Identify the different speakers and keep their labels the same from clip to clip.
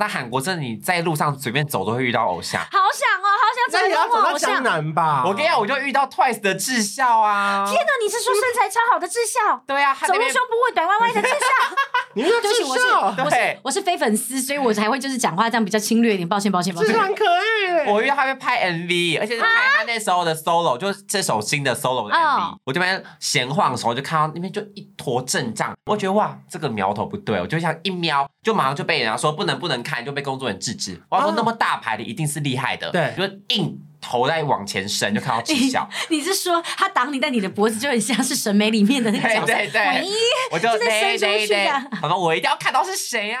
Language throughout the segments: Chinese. Speaker 1: 那韩国真的，你在路上随便走都会遇到偶像。
Speaker 2: 好想哦， 好想
Speaker 3: 那也
Speaker 2: 找
Speaker 3: 要
Speaker 2: 某
Speaker 3: 走
Speaker 2: 某
Speaker 3: 到
Speaker 2: 偶像。天
Speaker 3: 江南
Speaker 4: 啊
Speaker 3: 吧？
Speaker 1: 我跟你讲，我就遇到 Twice 的智孝啊！
Speaker 2: 哪，你是说身材超好的智孝？
Speaker 1: 对啊，他
Speaker 2: 走
Speaker 1: 那
Speaker 2: 路
Speaker 1: 边
Speaker 2: 胸部会短弯弯的智孝？
Speaker 3: 你们要
Speaker 4: 对不
Speaker 3: 智
Speaker 4: 起，我是
Speaker 3: 孝，
Speaker 4: 我
Speaker 1: 对
Speaker 4: 是 我是非粉丝，所以我才会就是讲话这样比较侵略一点。抱歉，抱歉，抱
Speaker 3: 智
Speaker 4: 歉
Speaker 3: 孝。很可爱耶。
Speaker 1: 我遇到他会拍 MV，而且是拍
Speaker 4: 啊
Speaker 1: 他那时候的 solo，、就是这首新的 solo 的 MV。
Speaker 2: 哦
Speaker 1: 我这边闲晃的时候，就看到那边就一坨阵仗，我觉得哇，这个苗头不对，我哦就想一瞄，就马上就被人家说不能不能看，就被工作人员制止。我要
Speaker 4: 啊
Speaker 1: 说
Speaker 3: 哦
Speaker 1: 那么大牌的一定是厉害的，
Speaker 3: 对
Speaker 1: 就硬头在往前伸，就看到智孝，
Speaker 4: 你是说他挡你，但你的脖子就很像是审美里面的那个
Speaker 1: 对
Speaker 4: 角色？
Speaker 1: 对对，我就
Speaker 4: 就在
Speaker 1: 对
Speaker 4: 伸
Speaker 1: 对
Speaker 4: 出去
Speaker 1: 对，
Speaker 4: 啊
Speaker 1: 反正我一定要看到是谁啊！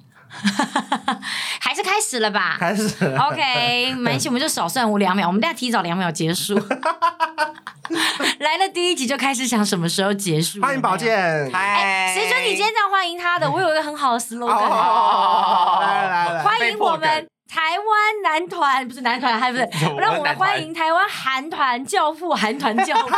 Speaker 2: 还是开始了吧？
Speaker 3: 开始了
Speaker 4: OK，没关系，我们就少算我两秒，我们大家提早两秒结束。来了第一集就开始想什么时候结束。
Speaker 3: 欢迎宝
Speaker 4: 有没有。
Speaker 3: 剑，
Speaker 1: 嗨，
Speaker 3: 哎
Speaker 2: 谁准你今 天这样欢迎他的？我有一个很好的 slogan，
Speaker 3: 哦，来来来，
Speaker 2: 欢迎我们台湾男团，不是男团，还不是
Speaker 1: 我，们
Speaker 2: 让我
Speaker 1: 男
Speaker 2: 们
Speaker 1: 团
Speaker 2: 欢迎台湾韩团教父，韩团教父。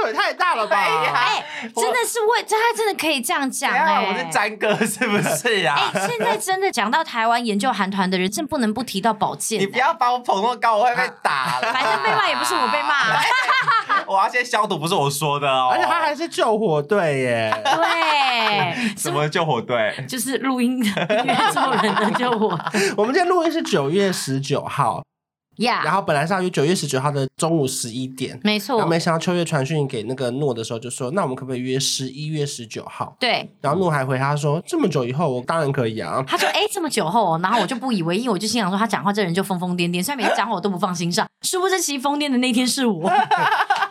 Speaker 3: 这个 title 也太大了吧？
Speaker 2: 哎、真的是为，这他真的可以这样讲
Speaker 1: 等一
Speaker 2: 哎、
Speaker 1: 啊下我是詹哥是不是啊？
Speaker 2: 哎、现在真的讲到台湾研究韩团的人，真不能不提到宝
Speaker 1: 你
Speaker 2: 剑
Speaker 1: 不。要把我捧那么高，我会被打 了。哎
Speaker 2: 反正被骂也不是我被 骂
Speaker 1: 我要先消毒，不是我说的哦。
Speaker 3: 而且他还是救火队耶，
Speaker 2: 对，
Speaker 1: 什么救火队？
Speaker 4: 就是录音的约错人了，就 我。
Speaker 3: 我们今天录音是九月十九号，
Speaker 2: 呀、
Speaker 3: 然后本来是要于九月十九号的中午十一点，
Speaker 2: 没
Speaker 4: 哦
Speaker 3: 然后
Speaker 2: 错
Speaker 3: 没，想到秋月传讯给那个诺的时候就说，那我们可不可以约十一月十九号？
Speaker 2: 对。
Speaker 3: 然后诺还回他说，这么久以后我当然可以啊。
Speaker 4: 他说：“哎、这么久后、哦，然后我就不以为意，我就心想说他讲话这人就疯疯癫癫，虽然每次讲话我都不放心上，殊不知其实疯癫的那天是我。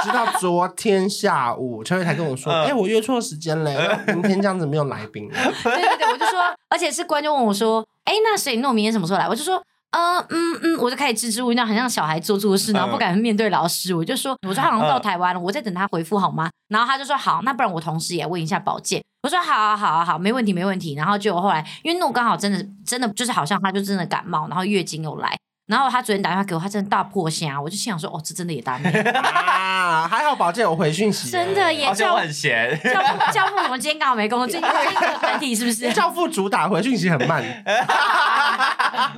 Speaker 3: 直到昨天下午，秋月才跟我说，
Speaker 1: 嗯
Speaker 3: 哎、我约错时间嘞，明天这样子没有来宾了。
Speaker 4: 对对对，我就说，而且是观众问我说：哎、那谁诺明天什么时候来？我就说。”呃嗯嗯，我就开始支支吾吾，那很像小孩做错事，然后不敢面对老师，我就说，我说他好像到台湾了，我在等他回复好吗？然后他就说好，那不然我同时也问一下宝剑。我说好啊好啊好，没问题没问题。然后结果后来，因为诺刚好真的真的就是好像他就真的感冒，然后月经有来，然后他昨天打电话给我，他真的大破虾，我就心想说，哦，这真的也大命。
Speaker 3: 啊，还好宝剑有回讯息，
Speaker 4: 真的耶
Speaker 1: 而且我很闲，
Speaker 4: 教父教父怎么今天刚好没工作？最近最近有团体是不是？
Speaker 3: 教父主打回讯息很 慢，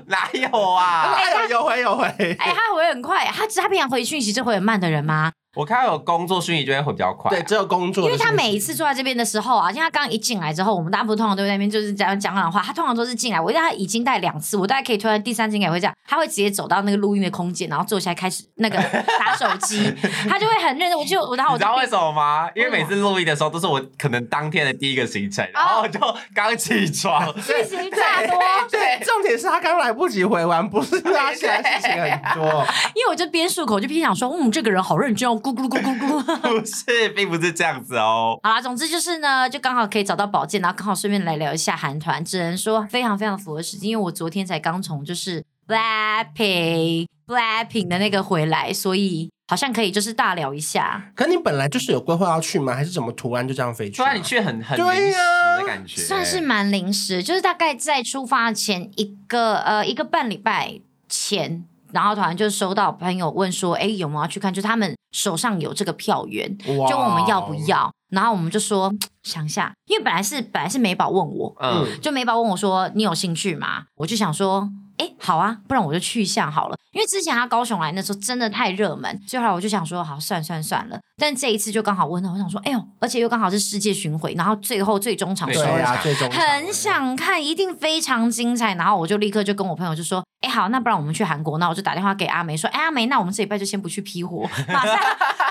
Speaker 1: 哪有啊？
Speaker 3: 哎呦，有回有回。
Speaker 4: 哎、他回很快，他他平常回讯息就回很慢的人吗？
Speaker 1: 我看到有工作讯息就会回比较快。
Speaker 3: 对，只有工作
Speaker 4: 因
Speaker 3: 的
Speaker 4: 为
Speaker 3: 讯息，
Speaker 4: 他每一次坐在这边的时候啊，像他刚一进来之后，我们大部分通常都在那边就是讲讲讲话，他通常都是进来，我让他已经带两次，我大概可以推到第三次应该会这样，他会直接走到那个录音的空间，然后坐下来开始那个打手机，他就会很认真，我就我然后
Speaker 1: 你知
Speaker 4: 我就
Speaker 1: 道
Speaker 4: 闭
Speaker 1: 为什么吗？因为每次录音的时候都是我可能当天的第一个行程，然后我就刚起 床，
Speaker 4: 讯息大多，
Speaker 3: 哦对，重点是他刚来不及回完，不是他现在事情很 多。
Speaker 4: 因为我就边漱口就边想说，嗯，这个人好认真哦，咕咕咕咕咕。
Speaker 1: 不是，并不是这样子哦。
Speaker 4: 好啦，总之就是呢，就刚好可以找到宝剑，然后刚好顺便来聊一下韩团，只能说非常非常符合时间，因为我昨天才刚从就是 Blackpink Blackpink 的那个回来，所以好像可以就是大聊一下。
Speaker 3: 可你本来就是有规划要去吗？还是怎么突然就这样飞去
Speaker 1: 突
Speaker 3: 啊？
Speaker 1: 然你去很很
Speaker 3: 对啊
Speaker 1: 临时
Speaker 3: 呀
Speaker 1: 的感觉，
Speaker 4: 算是蛮临时，就是大概在出发前一个呃一个半礼拜前，然后突然就收到朋友问说，哎，有没有要去看？就他们手上有这个票源，
Speaker 3: 哇哦
Speaker 4: 就问我们要不？要，然后我们就说想一下，因为本来是本来是美宝问我，
Speaker 1: 嗯，
Speaker 4: 就美宝问我说：“你有兴趣吗？”我就想说：“哎、好啊，不然我就去一下好了。”因为之前他高雄来那时候真的太热门，所以后来我就想说：“好，算算算了。”但这一次就刚好问到，我想说：“哎呦，而且又刚好是世界巡回，然后最后最终场
Speaker 1: 对
Speaker 4: 收
Speaker 3: 对
Speaker 1: 啊
Speaker 4: 尾
Speaker 3: 呀，最终
Speaker 4: 很想看，一定非常精彩。然后我就立刻就跟我朋友就说：“哎、好，那不然我们去韩国？”那我就打电话给阿梅说：“哎、阿梅，那我们这礼拜就先不去批货，马上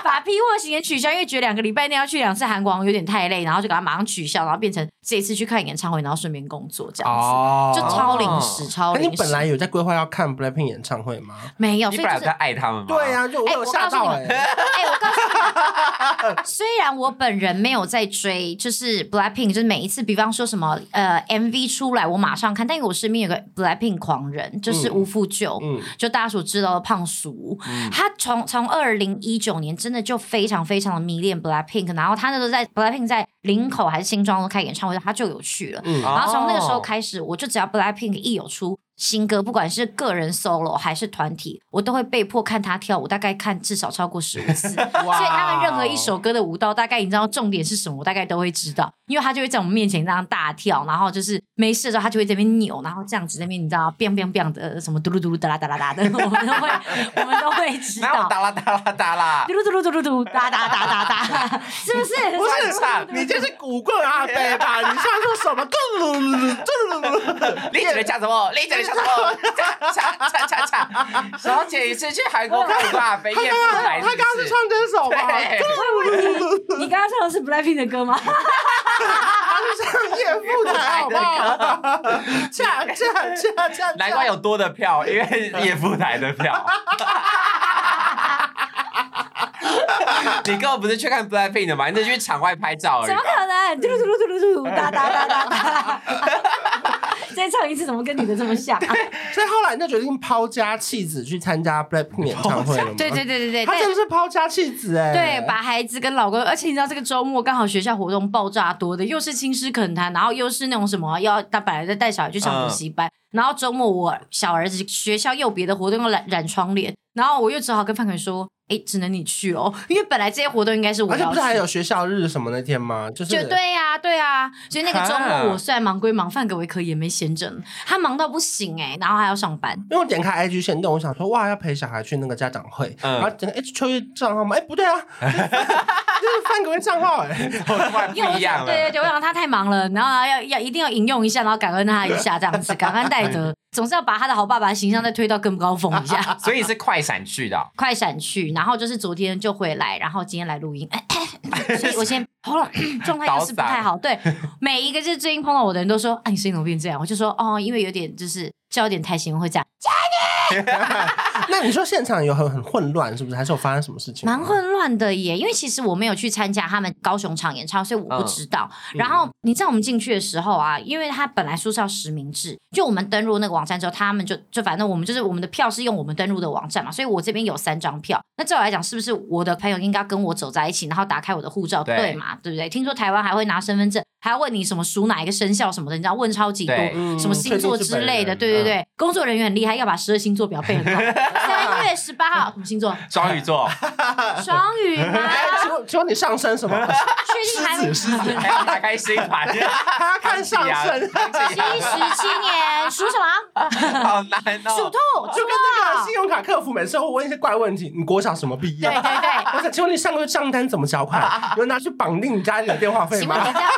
Speaker 4: 把批货行程取消，因为觉得两个礼拜内要去两次韩国好像有点太累，然后就给他马上取消，然后变成这次去看演唱会，然后顺便工作这样子，
Speaker 3: 哦
Speaker 4: 就超临时，超
Speaker 3: 那
Speaker 4: 临时。
Speaker 3: 你本来有在规划要看 BLACKPINK 演唱会吗？
Speaker 4: 没有，
Speaker 1: 你
Speaker 4: 所以
Speaker 1: 本来
Speaker 4: 就
Speaker 1: 有
Speaker 4: 是
Speaker 1: 在爱他们吗？
Speaker 3: 对、啊呀，就我
Speaker 4: 哎
Speaker 3: 有吓到
Speaker 4: 我告诉你
Speaker 3: 哎，
Speaker 4: 哎、我告诉你， 虽然我本人没有在追，就是 Blackpink，就是每一次，比方说什么呃 MV 出来，我马上看，但因为我身边有个 Blackpink 狂人，就是
Speaker 3: 嗯
Speaker 4: 吴富九，
Speaker 3: 嗯，
Speaker 4: 就大家所知道的胖叔，他从从二零一九年真的就非常非常的迷恋 Blackpink，然后他那时候在 Blackpink 在林口还是新庄都开演唱会，他就有去了。
Speaker 3: 嗯
Speaker 1: 哦
Speaker 4: 然后从那个时候开始，我就只要 Blackpink 一有出新歌，不管是个人 solo 还是团体，我都会被迫看他跳舞，大概看至少超过十五次。 所以他们任
Speaker 1: 哦
Speaker 4: 何一首歌的舞蹈，大概你知道重点是什么，我大概都会知道，因为他就会在我们面前这样大跳，然后就是没事的时候他就会这边扭，然后这样子那边你知道 biang biang biang 的什么嘟噜嘟噜哒啦哒啦哒的， 我们都会我们都会知
Speaker 1: 哪有
Speaker 4: 道。
Speaker 1: 哒啦哒啦哒啦
Speaker 4: 嘟？噜嘟噜嘟噜嘟，哒哒哒哒哒，是不是？
Speaker 3: 不
Speaker 1: 算
Speaker 3: 是，你这是骨棍阿伯吧？你算是什么？
Speaker 1: 你姐的像什么？你姐的像什 么？恰恰恰恰恰！小姐一次去韩国看吧，北野不来。
Speaker 3: 他刚刚是唱歌手吧？
Speaker 1: 对
Speaker 4: 你刚刚唱的是 Blackpink 的歌吗？
Speaker 3: 他是唱夜副台，好不好？恰恰恰恰，
Speaker 1: 难怪有多的票，因为叶富台的票。你根本不是去看 BLACKPINK 的嘛，你只是去场外拍照而已
Speaker 4: 怎么。可能？嘟噜嘟噜嘟噜嘟噜，哒哒哒哒哒。再唱一次，怎么跟你的这么像、啊？
Speaker 3: 所以后来你就决定抛家弃子去参加 BLACKPINK 演唱会了吗？
Speaker 4: 对对对对对，
Speaker 3: 他真
Speaker 4: 但
Speaker 3: 的是抛家弃子哎、
Speaker 4: 对，把孩子跟老公，而且你知道这个周末刚好学校活动爆炸多的，又是亲师恳谈，然后又是那种什么要他本来在带小孩去上补习班，然后周末我小儿子学校又有别的活动要染染窗帘，然后我又只好跟范凯说，哎，只能你去哦，因为本来啊这些活动应该是我
Speaker 3: 而且
Speaker 4: 要
Speaker 3: 不
Speaker 4: 去
Speaker 3: 是还
Speaker 4: 的。
Speaker 3: 有学校日什么那天吗？就是
Speaker 4: 就对呀、对呀、所以那个周
Speaker 1: 啊
Speaker 4: 末我虽然忙归忙，范格维可也没闲着呢，他忙到不行哎、然后还要上班。
Speaker 3: 因为我点开 IG 线动，我想说哇，要陪小孩去那个家长会，
Speaker 1: 嗯
Speaker 3: 然后整个 H 秋月账号嘛，哎、不对啊，这是范格的账号哎、
Speaker 1: 突然不
Speaker 4: 因为我
Speaker 1: 一样啊
Speaker 4: 想，对
Speaker 1: 了
Speaker 4: 对。对，我想他太忙了，然后要要一定要引用一下，然后感恩他一下，这样子感恩戴
Speaker 1: 。
Speaker 4: 德，总是要把他的好爸爸形象再推到更高峰一下
Speaker 1: 所以是快闪去的哦，
Speaker 4: 快闪去，然后就是昨天就回来，然后今天来 录音，所以我先喉咙状态又是不太好。对，每一个就是最近碰到我的人都说，啊，你声音怎么变这样？我就说，哦，因为有点就是叫有点太兴奋会这样，
Speaker 3: 那你说现场有很很混乱，是不是？还是有发生什么事情？
Speaker 4: 蛮。混乱的耶，因为其实我没有去参加他们高雄场演唱，所以我
Speaker 1: 嗯
Speaker 4: 不知道。然后你知道我们进去的时候啊，因为他本来说是要实名制，就我们登录那个网站之后，他们就就反正我们就是我们的票是用我们登录的网站嘛，所以我这边有三张票。那照我来讲，是不是我的朋友应该跟我走在一起，然后打开我的护照
Speaker 1: 对
Speaker 4: 对嘛，对不对？听说台湾还会拿身份证，还要问你什么属哪一个生肖什么的，你知道问超级多
Speaker 1: 对。
Speaker 3: 嗯
Speaker 4: 什么星座之类的，对对。对，工作人员很厉害，要把十二星座表背很好。三月十八 号什么星座？
Speaker 1: 双鱼 座，
Speaker 4: 双鱼 吗？
Speaker 3: 哎，请问请问你上身什么？
Speaker 4: 确定还没？
Speaker 3: 狮子，
Speaker 1: 还要哎打开星盘，
Speaker 3: 还要看上 身，
Speaker 1: 唐吉
Speaker 4: 一
Speaker 1: 诃
Speaker 4: 十七年属什么？
Speaker 1: 德好难
Speaker 4: 属
Speaker 1: 哦。
Speaker 4: 兔，
Speaker 3: 就
Speaker 4: 猪
Speaker 3: 跟那个
Speaker 4: 啊
Speaker 3: 信！用卡客服每次会问一些怪问题，你国小什么毕业？
Speaker 4: 对对 对，
Speaker 3: 我想请问你上个月账单怎么 缴款？有拿去绑定你家里的电话费
Speaker 4: 请问你
Speaker 3: 吗
Speaker 4: 这？张，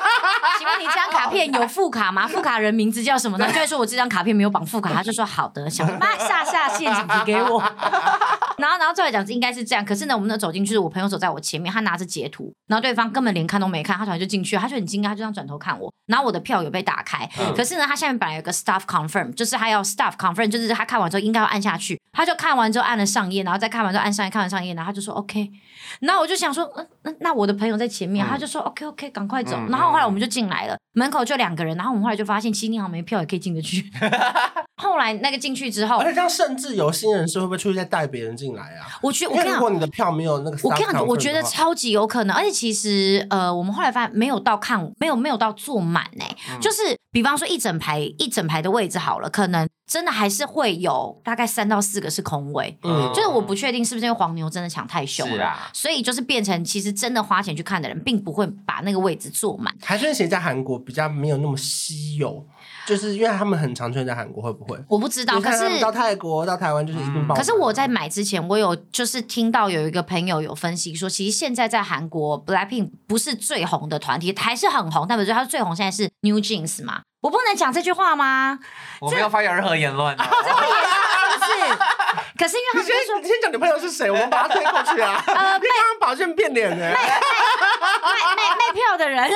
Speaker 4: 请问你这张卡片有副卡吗？副卡人名字叫什么 呢？就会说我这张卡片没有绑副卡，他就说好的，想说妈下下陷阱题给我。然后，然后照理讲应该是这样，可是呢，我们那走进去，我朋友走在我前面，他拿着截图，然后对方根本连看都没看，他突然就进去了，他就很惊讶，他就这样转头看我，然后我的票有被打开，
Speaker 1: 嗯
Speaker 4: 可是呢，他下面本来有个 staff confirm，就是他要 staff confirm，就是他看完之后应该要按下去，他就看完之后按了上页，然后再看完之后按上页，看完上页，然后他就说 OK，然后我就想说，嗯，那那我的朋友在前面，
Speaker 1: 嗯
Speaker 4: 他就说 OK OK，赶快走
Speaker 1: 嗯，
Speaker 4: 然后后来
Speaker 1: 嗯
Speaker 4: 我们就进来了，门口就两个人，然后我们后来就发现，其实你好像没票也可以进得去，后来那个进去之后
Speaker 3: 而，且这样，甚至有新人是会不会出去再带别人进来啊？
Speaker 4: 我哎去，我
Speaker 3: 因
Speaker 4: 跟你
Speaker 3: 为
Speaker 4: 讲
Speaker 3: 如果。你的票没有那个 staff
Speaker 4: 我
Speaker 3: conference 的话，
Speaker 4: 跟你讲，我觉得超级有可能，而且其实呃，我们后来发现没有到看，没有没有到坐满呢、
Speaker 3: 嗯
Speaker 4: 就是比方说一整排一整排的位置好了，可能真的还是会有大概三到四个是空位，
Speaker 3: 嗯
Speaker 4: 就是我不确定是不是因为黄牛真的抢太凶
Speaker 1: 是
Speaker 4: 了，
Speaker 1: 啊
Speaker 4: 所以就是变成其实真的花钱去看的人，并不会把那个位置坐满。
Speaker 3: 还是写在韩国比较没有那么稀有，就是因为他们很常出现在韩国，会不会？
Speaker 4: 我不知道，
Speaker 3: 你
Speaker 4: 可
Speaker 3: 看他
Speaker 4: 是嗯
Speaker 3: 们到泰国、到台湾就是一定爆满。
Speaker 4: 可是我在买之前，我有就是听到有一个朋友有分析说，其实现在在韩国 BLACKPINK 不是最红的团体，还是很红，但不是它最红现在是 New Jeans 嘛。我不能讲这句话吗？
Speaker 1: 我没有发表任何言 论哦。
Speaker 4: 是不是？可是因为他
Speaker 3: 你
Speaker 4: 们就
Speaker 3: 先
Speaker 4: 说
Speaker 3: 你先讲你朋友是谁，我们把他推过 去啊！ 你
Speaker 4: 呃
Speaker 3: 刚刚宝剑变脸呢？
Speaker 4: 卖卖卖票的人，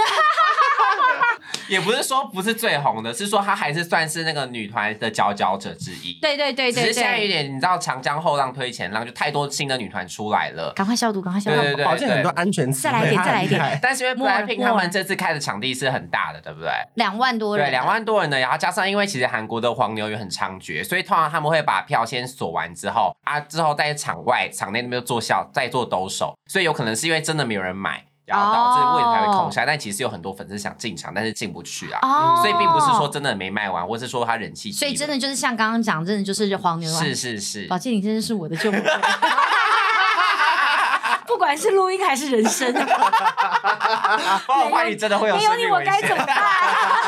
Speaker 1: 也不是说不是最红的，是说她还是算是那个女团的佼佼者之一。
Speaker 4: 对对对
Speaker 1: 只
Speaker 4: 对
Speaker 1: 是现在有
Speaker 4: 对，
Speaker 1: 点，你知道长江后浪推前浪，就太多新的女团出来了。
Speaker 4: 赶快消毒，赶快消毒。
Speaker 1: 对对对
Speaker 3: 保证很多安全词
Speaker 4: 再来一
Speaker 3: 汇，
Speaker 4: 点
Speaker 3: 他
Speaker 4: 再来
Speaker 3: 很
Speaker 4: 一
Speaker 3: 厉
Speaker 4: 点
Speaker 3: 害。
Speaker 1: 但是因为
Speaker 4: 莫尔
Speaker 1: BLACKPINK
Speaker 4: 莫尔
Speaker 1: 他们这次开的场地是很大的，对不对？
Speaker 4: 两万多人，
Speaker 1: 对，两万多人的，然后加上因为其实韩国的黄牛也很猖獗，所以通常他们会把票先锁完之后啊，之后在场外、场内那边做效，再做兜售，所以有可能是因为真的没有人买，然后导致位置才会空下。但其实有很多粉丝想进场，但是进不去啊，
Speaker 4: 哦，
Speaker 1: 所以并不是说，真的没卖完，或是说他人气低了，
Speaker 4: 所以真的就是像刚刚讲，真的就是黄牛啊。
Speaker 1: 是是是
Speaker 4: 宝。剑，你真的是我的救命 恩人。不管是录音还是人生，
Speaker 1: 我怀哦疑真的会有
Speaker 4: 没有
Speaker 1: 生
Speaker 4: 你
Speaker 1: 命
Speaker 4: 我
Speaker 1: 危
Speaker 4: 该
Speaker 1: 险
Speaker 4: 怎么办？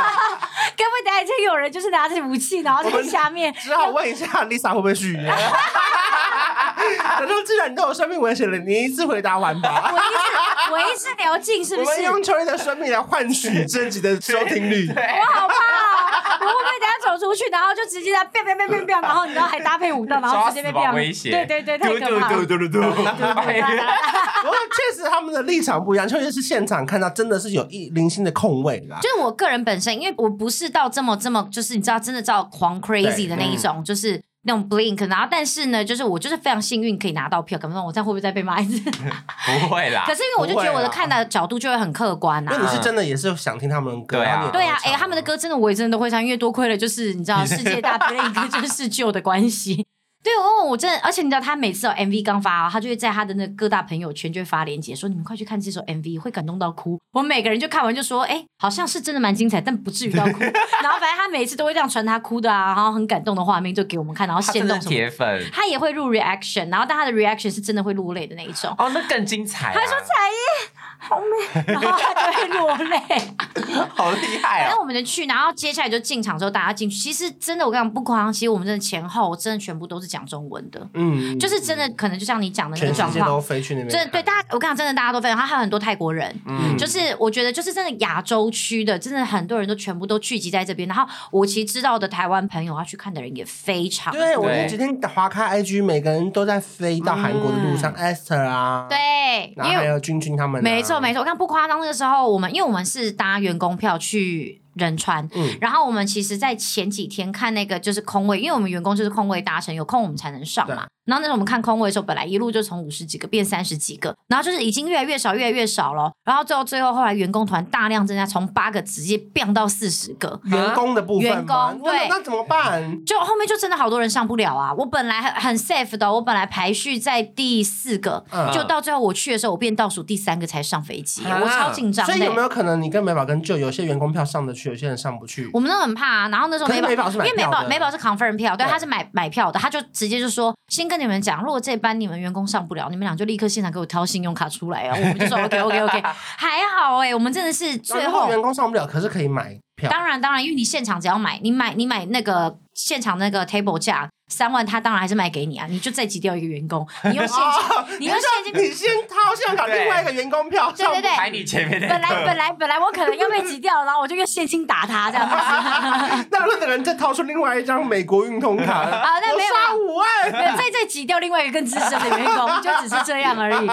Speaker 4: 该不会等下已经有人就是拿着武器，然后在下 面
Speaker 3: 只好问一下 Lisa 会不会续 约。他说：“既然你都有生命危险了，你一次回答完
Speaker 4: 我
Speaker 3: 吧。
Speaker 4: 一直我一直聊尽，是
Speaker 3: 我
Speaker 4: 不
Speaker 3: 们
Speaker 4: 是？
Speaker 3: 用秋叶的生命来换取 这集的收听率。
Speaker 4: 我好怕 哦！我会不会等下走出去，然后就直接在变变变变变， 然后你知道还搭配舞蹈，然后直接
Speaker 1: 抓死
Speaker 4: 被变
Speaker 1: 亡威胁
Speaker 4: 对对对，太可怕了！
Speaker 3: 嘟嘟嘟嘟
Speaker 4: 啊
Speaker 3: 不过确实他们的立场不一样，秋叶是现场看到真的是有一零星的空位啦。
Speaker 4: 就是我个人本身，因为我不是到这么这么，就是你知道，真的到狂 crazy 的那一
Speaker 1: 嗯
Speaker 4: 种，就是那种 blink。然后，但是呢，就是我就是非常幸运可以拿到票，可能我这样会不会再被骂一 次？
Speaker 1: 不会啦
Speaker 4: 可，是因为我就觉得我的看的角度就会很客观
Speaker 3: 因为你
Speaker 4: 啊。
Speaker 3: 是真的也是想听他们的歌，
Speaker 1: 对啊
Speaker 3: 然后你也
Speaker 4: 对啊，
Speaker 3: 唱
Speaker 4: 哎、他们的歌真的我也真的都会唱，因为多亏了就是你知 道世界大 blink 就是旧的关系。 对，哦，我真的，而且你知道他每次有 MV 刚发、啊，他就会在他的那各大朋友圈就会发链接，说你们快去看这首 MV，会感动到哭。我们每个人就看完就说，哎，好像是真的蛮精彩，但不至于到 哭。然后反正他每次都会这样传他哭的啊，然后很感动的画面就给我们看，然后
Speaker 1: 他真
Speaker 4: 现
Speaker 1: 的
Speaker 4: 动
Speaker 1: 是
Speaker 4: 什么。
Speaker 1: 铁粉
Speaker 4: 他也会录 reaction，然后但他的 reaction 是真的会落泪的那一种。
Speaker 1: 哦，那更精彩啊。他说
Speaker 4: 然后他就会落泪。
Speaker 1: 好厉
Speaker 3: 哎
Speaker 1: 害
Speaker 4: 反
Speaker 1: 哦
Speaker 4: 正，我们就去，然后接下来就进场之后大家进去。其实真的，我跟你讲不夸张，其实我们真的前后真的全部都是讲中文的，
Speaker 3: 嗯
Speaker 4: 就是真的可能就像你讲的那个
Speaker 3: 全
Speaker 4: 状
Speaker 3: 世界都
Speaker 4: 况，
Speaker 3: 飞去那边看，
Speaker 4: 真的对大家，我跟你讲真的大家都非常，然后还有很多泰国人。
Speaker 1: 嗯，
Speaker 4: 就是我觉得，就是真的亚洲区的，真的很多人都全部都聚集在这边。然后我其实知道的台湾朋友，他去看的人也非常多
Speaker 3: 对，我那几天划开 IG，每个人都在飞到韩国的路上、e s t h e r 啊，，
Speaker 4: 嗯对，
Speaker 3: 然后
Speaker 4: 因
Speaker 3: 还
Speaker 4: 为
Speaker 3: 有君君他们、啊，
Speaker 4: 没错没错，我看不夸张，那个时候我们因为我们是搭员工票去仁川，
Speaker 3: 嗯，
Speaker 4: 然后我们其实，在前几天看那个就是空位，因为我们员工就是空位搭乘，有空我们才能上嘛。然后那时候我们看空位的时候，本来一路就从五十几个变三十几个，然后就是已经越来越少，越来越少了。然后最后最后后来员工团大量增加，从八个直接变到四十个。
Speaker 3: 员工的部分嘛，
Speaker 4: 员工
Speaker 3: 哇那
Speaker 4: 对
Speaker 3: 那怎么办？
Speaker 4: 就后面就真的好多人上不了啊！我本来很很 safe 的哦，我本来排序在第四个，
Speaker 3: 嗯
Speaker 4: 就到最后我去的时候，我变倒数第三个才上飞机，
Speaker 1: 啊
Speaker 4: 我超紧张的欸
Speaker 3: 所以。有没有可能你跟美宝跟舅有些员工票上得去，有些人上不去？
Speaker 4: 我们都很怕、啊。然后那时候
Speaker 3: 可
Speaker 4: 美宝，
Speaker 3: 是美宝是买
Speaker 4: 因为美
Speaker 3: 票
Speaker 4: 宝
Speaker 3: 的
Speaker 4: 美宝是 confirm 票，对，
Speaker 3: 对
Speaker 4: 他是买买票的，他就直接就说，先跟你们讲，如果这班你们员工上不了，你们俩就立刻现场给我掏信用卡出来啊！我们就说 OK OK OK，还好哎、我们真的是
Speaker 3: 那
Speaker 4: 最
Speaker 3: 如果
Speaker 4: 后。
Speaker 3: 员工上不了，可是可以买票，
Speaker 4: 当然，当然，因为你现场只要买，你买你买那个现场那个 table 价三万，他当然还是卖给你啊，你就再挤掉一个员 工，你用现金，你用现金，
Speaker 3: 哦你先掏现场
Speaker 1: 对
Speaker 3: 另外一个员工票
Speaker 4: 对
Speaker 3: 上
Speaker 4: 对对，
Speaker 1: 排你前面那
Speaker 4: 本来
Speaker 1: 个
Speaker 4: 本来本来我可能要被挤掉，然后我就用现金打他 这样子。
Speaker 3: 那那个人再掏出另外一张美国运通卡，
Speaker 4: 好啊那
Speaker 3: 我
Speaker 4: 没有啊
Speaker 3: 刷五万，
Speaker 4: 没有再再挤掉另外一个更资深的员工，就只是这样 而已。因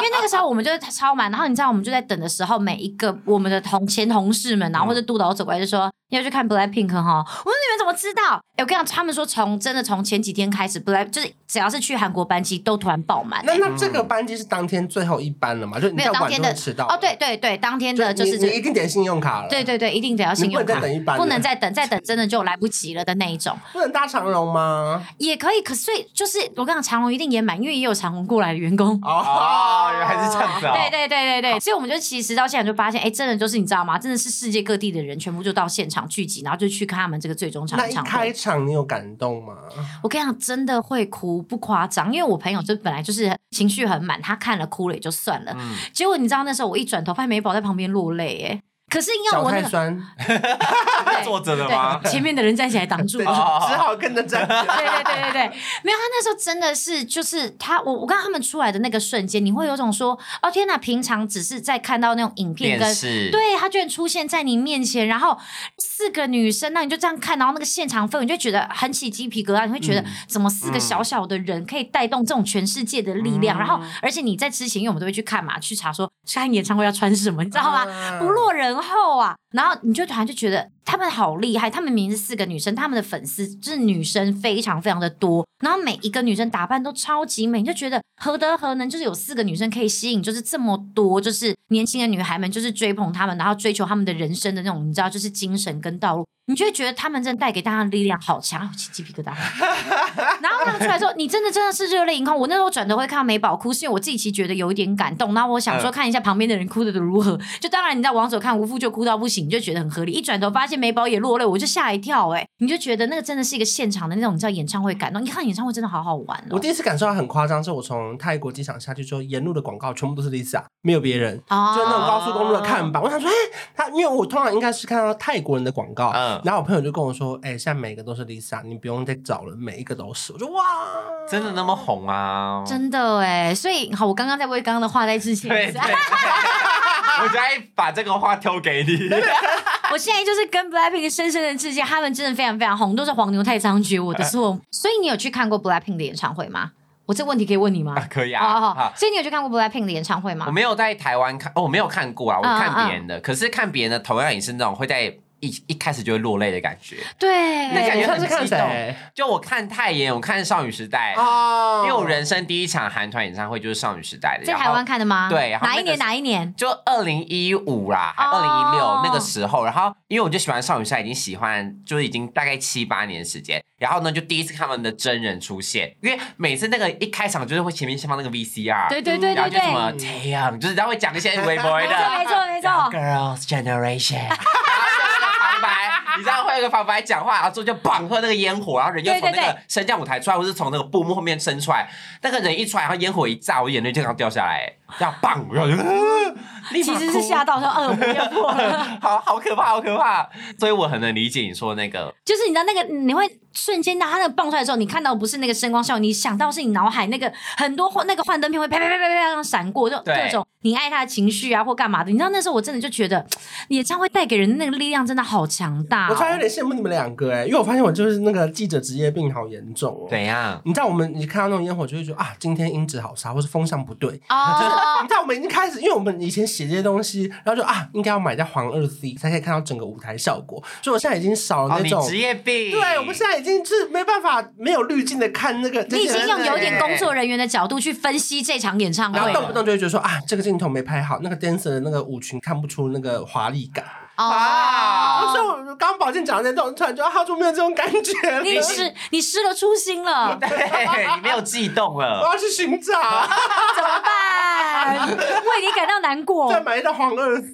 Speaker 4: 为那个时候我们就是超满，然后你知道我们就在等的时候，每一个我们的同前同事们，然啊
Speaker 3: 嗯
Speaker 4: 后或者督导走过来就说要去看 BLACKPINK 哈。我说你们怎么知道？哎、我跟你讲，他们说从真的从前几天开始，Black 就是只要是去韩国班机都突然爆满、
Speaker 3: 那那这个班机是当天最后一班了嘛？就你
Speaker 4: 没
Speaker 3: 在
Speaker 4: 有当
Speaker 3: 晚
Speaker 4: 天
Speaker 3: 就
Speaker 4: 的
Speaker 3: 会迟到
Speaker 4: 哦，对对对，当天的就是
Speaker 3: 你
Speaker 4: 这
Speaker 3: 你一定点信用卡了，
Speaker 4: 对，对对，一定得要信
Speaker 3: 你不
Speaker 4: 用
Speaker 3: 能再
Speaker 4: 卡，
Speaker 3: 等一班了，
Speaker 4: 不能再等，再等真的就来不及了的那一种。
Speaker 3: 不能搭长荣吗？
Speaker 4: 也可以，可是所以就是我跟你讲，长隆一定也满，因为也有长隆过来的员工。
Speaker 1: 哦，原来是这样子哦，
Speaker 4: 对对对对对，所以我们就其实到现在就发现，哎，真的就是你知道吗？真的是世界各地的人全部就到现场聚集，然后就去看他们这个最终场
Speaker 3: 那
Speaker 4: 的
Speaker 3: 一
Speaker 4: 唱
Speaker 3: 开
Speaker 4: 会。
Speaker 3: 场你有感动吗？
Speaker 4: 我跟你讲，真的会哭，不夸张，因为我朋友就本来就是情绪很满，他看了哭了也就算了，
Speaker 1: 嗯，
Speaker 4: 结果你知道那时候我一转头，发现美宝在旁边落泪，哎，可是因为
Speaker 3: 脚
Speaker 4: 我那
Speaker 3: 太
Speaker 4: 个
Speaker 3: 酸，
Speaker 4: 对
Speaker 1: 坐着的吗？
Speaker 4: 对前面的人站起来挡住
Speaker 3: 对，只
Speaker 4: 了。
Speaker 3: 好跟着站。
Speaker 4: 对对对对对，没有他那时候真的是就是他我我看他们出来的那个瞬间，你会有种说哦天哪，平常只是在看到那种影片跟
Speaker 1: 电视，
Speaker 4: 对他居然出现在你面前，然后四个女生，那你就这样看，然后那个现场氛围，你就觉得很起鸡皮疙瘩，你会觉得怎么四个小小的人可以带动这种全世界的力量，然 后而且你在之前，因为我们都会去看嘛，去查说去看演唱会要穿什么，你知道吗？
Speaker 3: 啊
Speaker 4: 不落人厚啊！然后你就突然就觉得他们好厉害，他们明明是四个女生，他们的粉丝就是女生非常非常的多，然后每一个女生打扮都超级美，你就觉得何德何能，就是有四个女生可以吸引，就是这么多就是年轻的女孩们，就是追捧她们，然后追求她们的人生的那种，你知道，就是精神跟道路，你就会觉得她们真的带给大家的力量好强，起鸡皮疙瘩。然后他们出来之后，你真的真的是热泪盈眶。我那时候转头会看到美宝哭，是因为我自己其实觉得有一点感动。然后我想说看一下旁边的人哭的如何。就当然你在往左看，无父就哭到不行，你就觉得很合理。一转头发现美宝也落泪，我就吓一跳、哎，你就觉得那个真的是一个现场的那种，你知道演唱会感动。你看演唱会真的好好玩
Speaker 3: 我
Speaker 4: 哦。
Speaker 3: 第一次感受到很夸张，是我从泰国机场下去之后，沿路的广告全部都是 Lisa，没有别人。
Speaker 4: 啊
Speaker 3: 就那种高速公路的看板，我想说，哎、他因为我通常应该是看到泰国人的广告，
Speaker 1: 嗯
Speaker 3: 然后我朋友就跟我说，哎、现在每个都是 Lisa，你不用再找了，每一个都是。我就哇，
Speaker 1: 真的那么红啊？
Speaker 4: 真的哎、所以好，我刚刚在为刚刚的话在致歉。
Speaker 1: 对 对，我就爱把这个话丢给 你。
Speaker 4: 我现在就是跟 Blackpink 深深的致歉，他们真的非常非常红，都是黄牛太猖獗，我的 错。所以你有去看过 Blackpink 的演唱会吗？我这问题可以问你吗？
Speaker 1: 啊可以啊
Speaker 4: 哦哦
Speaker 1: 好
Speaker 4: 所以你有去看过 Blackpink 的演唱会吗
Speaker 1: 我？没有在台湾看，哦，我没有看过啊，我看
Speaker 4: 嗯
Speaker 1: 别人的，可是看别人的同样也是那种会在一一开始就会落泪的感觉。
Speaker 4: 对，
Speaker 1: 那感觉
Speaker 3: 你上
Speaker 1: 很
Speaker 3: 次看
Speaker 1: 激动
Speaker 3: 谁
Speaker 1: 就我看泰妍，我看少女时代，
Speaker 3: 哦
Speaker 1: 因为我人生第一场韩团演唱会就是少女时代的，
Speaker 4: 在
Speaker 1: 然后
Speaker 4: 台湾看的吗？
Speaker 1: 对然后
Speaker 4: 哪一
Speaker 1: 那个
Speaker 4: 年？哪一年？
Speaker 1: 就二零一五啦，还
Speaker 4: 哦
Speaker 1: 二零一六那个时候，然后因为我就喜欢少女时代，已经喜欢就是已经大概七八年时间，然后呢就第一次看他们的真人出现，因为每次那个一开场就是会前面先放那个 VCR，
Speaker 4: 对对
Speaker 1: 啊
Speaker 4: 对
Speaker 1: 然后就
Speaker 4: 对
Speaker 1: 什
Speaker 4: 对，
Speaker 1: 么 t a m 就是他会讲一些微博
Speaker 4: 没错
Speaker 1: 的
Speaker 4: 没错没错。
Speaker 1: Girls Generation，然后就是那个旁白，你知道会有个旁白讲话，然后之后就绑喝那个烟火，然后人就从
Speaker 4: 对
Speaker 1: 那
Speaker 4: 对
Speaker 1: 个升降舞台出来，或是从那个布幕后面伸出来，那个人一出来，然后烟火一炸，我眼泪就这样掉下来，这样棒，然后我就。呃立马
Speaker 4: 其
Speaker 1: 哭
Speaker 4: 实是吓到说，呃，我要破 了。
Speaker 1: 好好可怕，好可怕！所以我很能理解你说那个，
Speaker 4: 就是你知道那个，你会瞬间当它那个蹦出来的时候，你看到不是那个声光效应，你想到是你脑海那个很多幻那个幻灯片会啪啪啪啪啪这样闪过，就
Speaker 1: 对
Speaker 4: 各种你爱他的情绪啊或干嘛的。你知道那时候我真的就觉得，演唱会带给人的那个力量真的好强大、
Speaker 3: 我
Speaker 4: 哦
Speaker 3: 突。然有点羡慕你们两个哎、因为我发现我就是那个记者职业病好严重哦、
Speaker 1: 怎，样？
Speaker 3: 你知道我们你看到那种烟火就会觉得啊，今天音质好差，或是风向不对。
Speaker 4: 哦
Speaker 3: 你知道我们已经开始，因为我们以前写这些东西，然后就啊，应该要买在黄二 C 才可以看到整个舞台效果，所以我现在已经少了
Speaker 1: 哦，
Speaker 3: 那
Speaker 1: 你
Speaker 3: 种。
Speaker 1: 职业病。
Speaker 3: 对，我们现在已经是没办法没有滤镜的看那个，
Speaker 4: 你已经用有点工作人员的角度去分析这场演唱会
Speaker 3: 然后动不
Speaker 4: 了。
Speaker 3: 动就会觉得说啊，这个镜头没拍好，那个 dancer 的那个舞裙看不出那个华丽感。
Speaker 4: 哦
Speaker 3: 哦
Speaker 1: 啊
Speaker 3: 所以我刚刚宝剑讲的那种，突然觉得好久没有这种感觉了。
Speaker 4: 你失你失了初心 了，
Speaker 1: 对，你没有悸动
Speaker 3: 我
Speaker 1: 了。
Speaker 3: 要去寻找，啊
Speaker 4: 怎么办？为你感到难过。
Speaker 3: 再买一张黄二 C。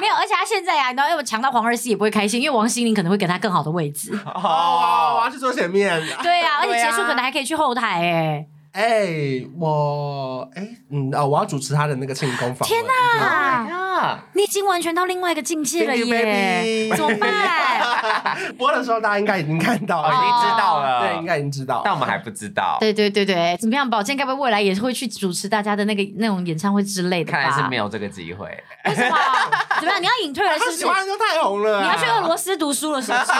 Speaker 4: 没有，而且他现在啊，你知道，要抢到黄二四也不会开心，因为王心凌可能会给他更好的位置。
Speaker 3: 哦，我要去坐前面。
Speaker 4: 对啊，而且
Speaker 1: 对啊
Speaker 4: 结束可能还可以去后台哎、
Speaker 3: 哎，我哎，嗯哦，我要主持他的那个庆功访问。
Speaker 4: 天
Speaker 3: 哪！
Speaker 4: 啊，
Speaker 1: 啊，
Speaker 4: 你已经完全到另外一个境界了
Speaker 3: Thank you,
Speaker 4: 耶
Speaker 3: baby
Speaker 4: 怎么办？
Speaker 3: 播的时候大家应该已经看到
Speaker 1: 我哦已
Speaker 3: 了，
Speaker 1: 经知道了，
Speaker 3: 哦对，应该已经知道。
Speaker 1: 但我们还不知道。
Speaker 4: 对对对对，怎么样？宝剑该不会未来也会去主持大家的那个那种演唱会之类的吧？
Speaker 1: 看来是没有这个机会。
Speaker 4: 为什么？怎么样？你要隐退了是
Speaker 3: 他
Speaker 4: 不是
Speaker 3: 喜？欢就太红了 啊。
Speaker 4: 你要去俄罗斯读书了是不是？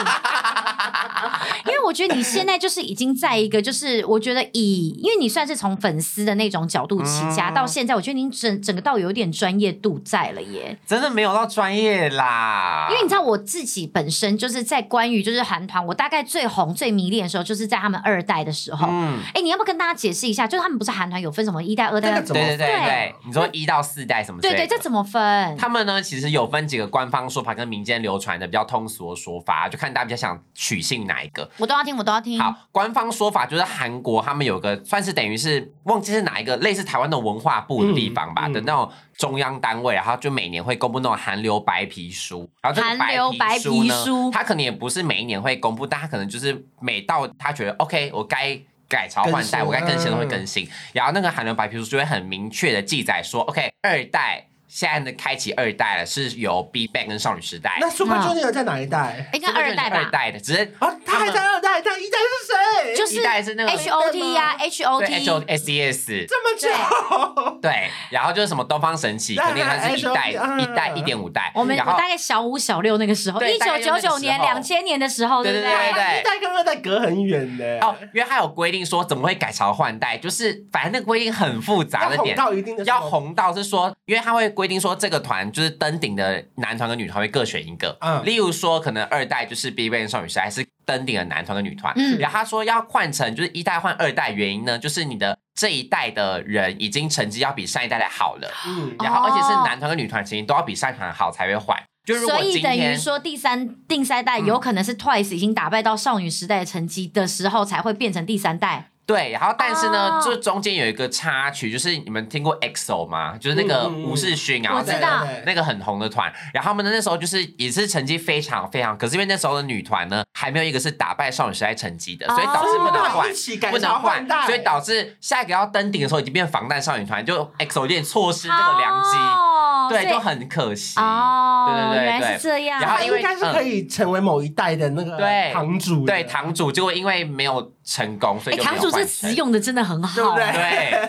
Speaker 4: 因为我觉得你现在就是已经在一个，就是我觉得以，因为你算是从粉丝的那种角度起家、
Speaker 1: 嗯
Speaker 4: 到现在，我觉得你整整个到有点专业度在了耶。
Speaker 1: 真的没有到专业啦，
Speaker 4: 因为你知道我自己本身就是在关于就是韩团，我大概最红最迷恋的时候，就是在他们二代的时候。哎、
Speaker 1: 嗯，
Speaker 4: 你要不要跟大家解释一下？就是他们不是韩团有分什么一代、二
Speaker 3: 这
Speaker 4: 代
Speaker 3: 个？怎么
Speaker 1: 对对对
Speaker 4: 对
Speaker 1: 对，你说一到四代什么之
Speaker 4: 对
Speaker 1: 类的？
Speaker 4: 对，这怎么分？
Speaker 1: 他们呢，其实有分几个官方说法跟民间流传的比较通俗的说法，就看大家比较想取信哪一个。
Speaker 4: 我都要听，我都要听。
Speaker 1: 好，官方说法就是韩国他们有个算是等于是忘记是哪一个类似台湾的文化部的地方吧、
Speaker 3: 嗯嗯
Speaker 1: 的那种中央单位，然后就每年会公布那种韩流白皮书，然后这个
Speaker 4: 韩流
Speaker 1: 白皮
Speaker 4: 白皮
Speaker 1: 呢
Speaker 4: 书，
Speaker 1: 它可能也不是每一年会公布，但它可能就是每到他觉得 OK，我该。改朝换代，
Speaker 3: 更新
Speaker 1: 我该更新的会更新，然后那个韩流白皮书就会很明确的记载说，OK，二代现在的开启二代了，是由 B Ban g 跟少女时代，
Speaker 3: 那 Super Junior 在哪一代？
Speaker 4: 哎应该二代吧
Speaker 1: 二代的，只是
Speaker 3: 啊，他还在二代，他一代是谁？
Speaker 4: 就就是
Speaker 1: 一代是那个
Speaker 4: H O T 呀，H O
Speaker 1: 对 H O
Speaker 4: T，
Speaker 1: S E S
Speaker 3: 这么久，
Speaker 1: 对，然后就是什么东方神起，肯定它是一代
Speaker 3: HOT
Speaker 1: 一代一点五代，
Speaker 4: 我们我
Speaker 1: 然后
Speaker 4: 大概小五小六那个时候，
Speaker 1: 对
Speaker 4: 一
Speaker 1: 大
Speaker 4: 九
Speaker 1: 概就
Speaker 4: 九
Speaker 1: 那个时候
Speaker 4: 九年、两千年的时候，
Speaker 1: 对
Speaker 4: 不
Speaker 1: 对对对
Speaker 3: 一代跟二代隔很远呢。
Speaker 1: 哦，因为它有规定说怎么会改朝换代，就是反正那个规定很复杂的
Speaker 3: 要
Speaker 1: 点
Speaker 3: 红。到一定的时
Speaker 1: 要
Speaker 3: 候，
Speaker 1: 红到是说，因为它会规定说这个团就是登顶的男团跟女团会各选一个，
Speaker 3: 嗯
Speaker 1: 例如说可能二代就是 BigBang 少女时代是登顶的男团跟女团，
Speaker 4: 嗯
Speaker 1: 然后他说要换成就是一代换二代，原因呢就是你的这一代的人已经成绩要比上一代的好了，
Speaker 3: 嗯，
Speaker 1: 然后而
Speaker 4: 哦
Speaker 1: 且是男团跟女团成绩都要比上一团好才会换，就如
Speaker 4: 所
Speaker 1: 果
Speaker 4: 以
Speaker 1: 今
Speaker 4: 等于
Speaker 1: 天。嗯
Speaker 4: 说，第三、第三代有可能是 Twice 已经打败到少女时代的成绩的时候，才会变成第三代。
Speaker 1: 对，然后但是呢，
Speaker 4: 哦
Speaker 1: 这中间有一个插曲，就是你们听过 EXO 吗？就是那个
Speaker 3: 嗯嗯嗯
Speaker 1: 吴世勋，然后
Speaker 4: 我
Speaker 1: 那
Speaker 4: 知
Speaker 1: 个
Speaker 4: 道
Speaker 3: 对对对
Speaker 1: 那个很红的团，然后他们呢那时候就是也是成绩非常非常，可是因为那时候的女团呢还没有一个是打败少女时代成绩的，所以导致不能
Speaker 3: 哦
Speaker 1: 换
Speaker 3: 一起改，
Speaker 1: 不能
Speaker 3: 朝换代
Speaker 1: 换，所以导致下一个要登顶的时候已经变防弹少女团，就 EXO 有点错失这个良机，
Speaker 4: 哦
Speaker 1: 对，
Speaker 4: 所以
Speaker 1: 就很可惜。
Speaker 4: 哦，
Speaker 1: 对对对
Speaker 4: 原来
Speaker 1: 对
Speaker 4: 是这样。哎
Speaker 1: 然后
Speaker 3: 他
Speaker 1: 因为
Speaker 3: 啊
Speaker 1: 嗯
Speaker 3: 应该是可以成为某一代的那个
Speaker 1: 对
Speaker 3: 堂主的，
Speaker 1: 对堂主，结果因为没有成功，所以
Speaker 4: 哎，
Speaker 1: 就没有
Speaker 4: 堂主
Speaker 1: 换成
Speaker 4: 这词用的真的很好，
Speaker 3: 对不对？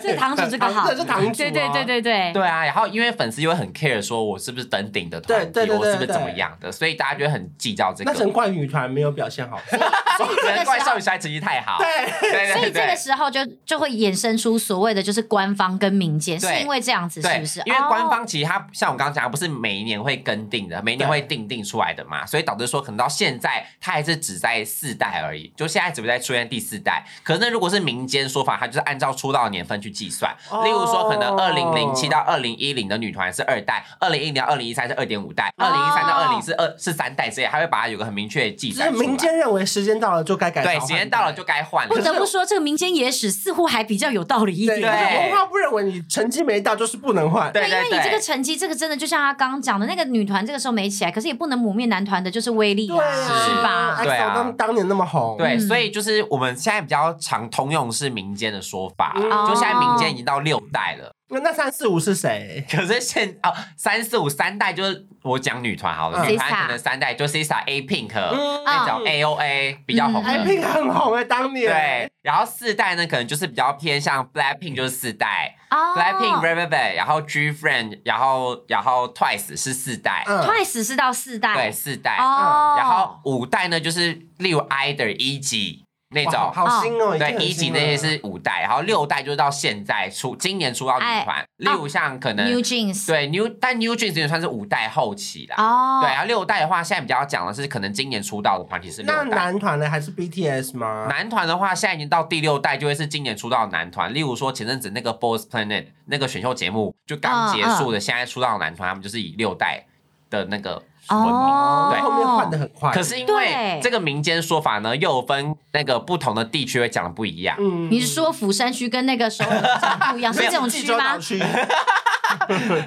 Speaker 1: 对。
Speaker 4: 这堂主这个 好，
Speaker 3: 这是堂主啊
Speaker 4: 对对对对对。
Speaker 1: 对啊，然后因为粉丝又会很 care 说我是不是登顶的团体，
Speaker 3: 对对对对
Speaker 1: 我是不是
Speaker 3: 对
Speaker 1: 怎么样的，所以大家就会很计较这个。
Speaker 3: 那陈冠女团没有表 现好，
Speaker 1: 可能怪少女时代成绩太好，
Speaker 3: 对，
Speaker 1: 对
Speaker 4: 所
Speaker 1: 对对
Speaker 4: 以这个
Speaker 1: 对。
Speaker 4: 时候就就会衍生出所谓的就是官方跟民间，是
Speaker 1: 对
Speaker 4: 因为这样子是
Speaker 1: 对
Speaker 4: 不是？，
Speaker 1: 因为官
Speaker 4: 哦
Speaker 1: 方其实它像我刚刚讲，它不是每一年会跟定的，每一年会定定出来的嘛，所以导致说可能到现在它还是只在四代而已，就现在只在出现第四代。可是那如果是民间说法，它就是按照出道的年份去计算，
Speaker 3: 哦
Speaker 1: 例如说可能二零零七到二零一零的女团是二代，二零一零到二零一三是二点五代，
Speaker 4: 哦
Speaker 1: 二零一三到二零是二是三代之类，它会把它有个很明确的计
Speaker 3: 只是
Speaker 1: 算出来。
Speaker 3: 民间认为时间到了就该改朝
Speaker 1: 对，
Speaker 3: 换代，
Speaker 1: 时间到了就该换了，
Speaker 4: 不得不说，这个民间野史似乎还比较有道理一
Speaker 3: 对，
Speaker 4: 点。
Speaker 1: 对
Speaker 3: 文化部认为你成绩没到就是不能换，
Speaker 1: 对
Speaker 4: 因为
Speaker 1: 对
Speaker 4: 你这个
Speaker 1: 对。
Speaker 4: 成绩，这个真的就像他刚刚讲的，那个女团这个时候没起来，可是也不能抹灭男团的就是威力
Speaker 3: 对
Speaker 4: 啊，
Speaker 3: 啊，
Speaker 4: 是吧？
Speaker 1: 对啊
Speaker 3: ，EXO 当当年那么红，
Speaker 1: 对，
Speaker 4: 嗯
Speaker 1: 所以就是我们现在比较常通用是民间的说法啦，
Speaker 3: 嗯
Speaker 1: 就现在民间已经到六代了，
Speaker 3: 那那三四五是谁？
Speaker 1: 可是现哦三四五三代就是我讲女团好了，
Speaker 3: 嗯
Speaker 1: 女团
Speaker 4: Sisa
Speaker 1: 可能三代就 Sisa A Pink、
Speaker 3: 嗯
Speaker 1: 那种 A O A 比较红的。
Speaker 3: 哎，Pink 很红哎，当年
Speaker 1: 对，，然后四代呢，可能就是比较偏向 Blackpink，就是四代、
Speaker 4: 哦
Speaker 1: 啊 Blackpink、Red Velvet，然后 G Friend，然后然后 Twice 是四代，
Speaker 3: 嗯
Speaker 4: Twice 是到四代，
Speaker 1: 对，四代，
Speaker 4: 哦，
Speaker 1: 然后五代呢，就是例如 Either 一级那
Speaker 3: 哇
Speaker 1: 种，
Speaker 3: 好新哦，已
Speaker 1: 对
Speaker 3: 经，很
Speaker 1: 一级
Speaker 3: 新
Speaker 1: 那些
Speaker 3: 了
Speaker 1: 是五代，然后六代就是到现在出今年出到女团，例如像可能、
Speaker 4: 哎哦 New Jeans，
Speaker 1: 对 New，但 New Jeans 也算是五代后期啦。
Speaker 4: 哦，
Speaker 1: 对，然后六代的话，现在比较讲的是可能今年出道的团体是六
Speaker 3: 那
Speaker 1: 代。
Speaker 3: 男团呢？还是 BTS 吗？
Speaker 1: 男团的话，现在已经到第六代，就会是今年出道的男团。例如说前阵子那个 Boys Planet 那个选秀节目就
Speaker 4: 嗯
Speaker 1: 刚结束的，现在出道的男团，他们就是以六代的那个闻名。
Speaker 4: 哦，
Speaker 1: 对
Speaker 3: 后面换的很快，
Speaker 1: 可是因为
Speaker 4: 对
Speaker 1: 这个民间说法呢，又有分那个不同的地区会讲的不一样。
Speaker 3: 嗯
Speaker 4: 你是说釜山区跟那个首尔长 不一样，是这种
Speaker 3: 济
Speaker 4: 区
Speaker 3: 州岛
Speaker 4: 吗？嗯
Speaker 3: 区？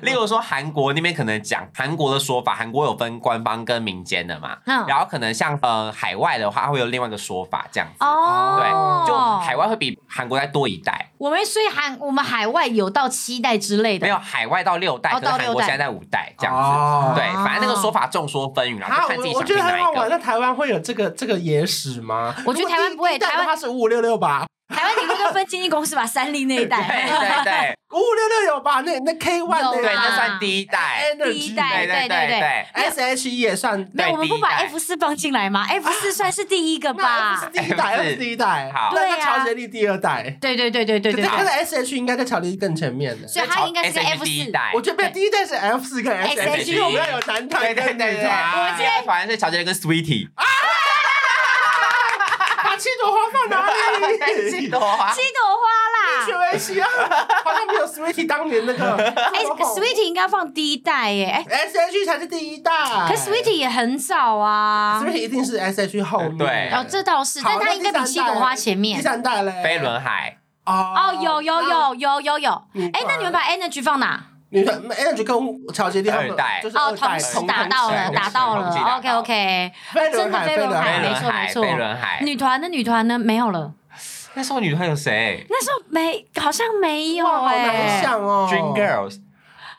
Speaker 1: 例如说韩国那边可能讲韩国的说法，韩国有分官方跟民间的嘛，
Speaker 4: 嗯，
Speaker 1: 然后可能像呃海外的话会有另外一个说法这样子。
Speaker 4: 哦，
Speaker 1: 对，就海外会比韩国再多一代，
Speaker 4: 我们所以韩我们海外有到七代之类的，
Speaker 1: 没有海外到六代，
Speaker 4: 哦
Speaker 1: 可是
Speaker 4: 到
Speaker 1: 韩
Speaker 4: 六
Speaker 1: 国
Speaker 4: 代
Speaker 1: 现在在五代这样子。
Speaker 3: 哦
Speaker 1: 对，反正那个说法众说纷纭啦，
Speaker 3: 啊，
Speaker 1: 就看自己
Speaker 3: 我我
Speaker 1: 想
Speaker 3: 觉
Speaker 1: 听
Speaker 3: 得很
Speaker 1: 哪
Speaker 3: 好
Speaker 1: 一
Speaker 3: 玩。
Speaker 1: 个。
Speaker 3: 那台湾会有这个这个野史吗？
Speaker 4: 我觉得
Speaker 3: 如
Speaker 4: 台
Speaker 3: 果
Speaker 4: 湾
Speaker 3: 第
Speaker 4: 不会
Speaker 3: 第一代
Speaker 4: 台
Speaker 3: 的
Speaker 4: 湾
Speaker 3: 话是五五六六吧，
Speaker 4: 台湾顶多就分经纪公司吧，三立那一
Speaker 1: 对
Speaker 4: 代，
Speaker 1: 对对
Speaker 3: 五五六六有吧？那那 K One
Speaker 1: 对，
Speaker 4: 有啊
Speaker 1: 那算第一代。
Speaker 3: Energy
Speaker 4: 第一代
Speaker 1: 对对
Speaker 4: 对对对
Speaker 1: 对。
Speaker 3: S H E 也算
Speaker 4: 没有，我们不把
Speaker 1: 第一代
Speaker 4: F 四放进来吗？F 四算是第一个
Speaker 3: 那 F
Speaker 4: 吧
Speaker 3: 是？第一 代
Speaker 1: F
Speaker 3: ，F
Speaker 1: 是
Speaker 3: 是第一代，
Speaker 1: 好
Speaker 3: 那
Speaker 4: 对啊
Speaker 3: 那乔杰利第二代，
Speaker 4: 对对对对对
Speaker 3: 可
Speaker 4: 对
Speaker 3: 是
Speaker 4: 对
Speaker 3: 可是 S H E 应该在乔杰利更前面的。
Speaker 4: 所以它应该是个
Speaker 1: SHE
Speaker 4: F
Speaker 1: 第一
Speaker 4: 四。
Speaker 1: 代。
Speaker 3: 我觉得没有第一代是 F 四跟 S
Speaker 4: SHE
Speaker 3: H，因为我们要有男
Speaker 1: E 对
Speaker 3: 团
Speaker 1: 对
Speaker 3: 跟
Speaker 1: 对对，
Speaker 3: 女
Speaker 1: 对
Speaker 3: 团。
Speaker 4: 我
Speaker 1: 第二团是乔杰伦跟 Sweetie，
Speaker 3: 把七朵花放 哪里？
Speaker 1: 是朵花
Speaker 4: 七朵花啦，
Speaker 3: 全维西啊，好像没有 Sweetie 当年那个。
Speaker 4: 哎，Sweetie 应该放第一代耶，哎，
Speaker 3: S H E 才是第一代，
Speaker 4: 可 Sweetie 也很早啊
Speaker 3: s w。e e t 一定是 S H 后面。
Speaker 1: 呃对
Speaker 4: 哦，这倒是，但
Speaker 3: 好
Speaker 4: 它应该比七朵花前面
Speaker 3: 第。三代嘞，
Speaker 1: 飞轮海。
Speaker 3: 哦
Speaker 4: 哦，有有有有有有
Speaker 3: 女，
Speaker 4: 哎，那你们把 Energy 放哪？
Speaker 3: 女团 Energy 跟乔杰利他们
Speaker 1: 二代
Speaker 3: 就是
Speaker 4: 哦，
Speaker 3: 二
Speaker 4: 同
Speaker 3: 代
Speaker 4: 时
Speaker 1: 同
Speaker 4: 打到
Speaker 1: 时
Speaker 4: 了，
Speaker 1: 同
Speaker 4: 打
Speaker 1: 时
Speaker 4: 到
Speaker 1: 同时
Speaker 4: 了
Speaker 1: 打
Speaker 4: ，OK
Speaker 1: 到
Speaker 4: OK。
Speaker 3: 飞轮
Speaker 4: 真的
Speaker 3: 海
Speaker 4: 飞轮
Speaker 1: 飞
Speaker 4: 海，
Speaker 1: 轮
Speaker 4: 没错
Speaker 1: 海，
Speaker 4: 没
Speaker 1: 飞
Speaker 4: 错。
Speaker 1: 轮海。
Speaker 4: 女团的女团呢？没有了，
Speaker 1: 那时候女团有谁
Speaker 4: 那时候没，好像没有
Speaker 3: 哇，好
Speaker 4: 哎
Speaker 3: 难。想哦。
Speaker 1: ？Dream Girls，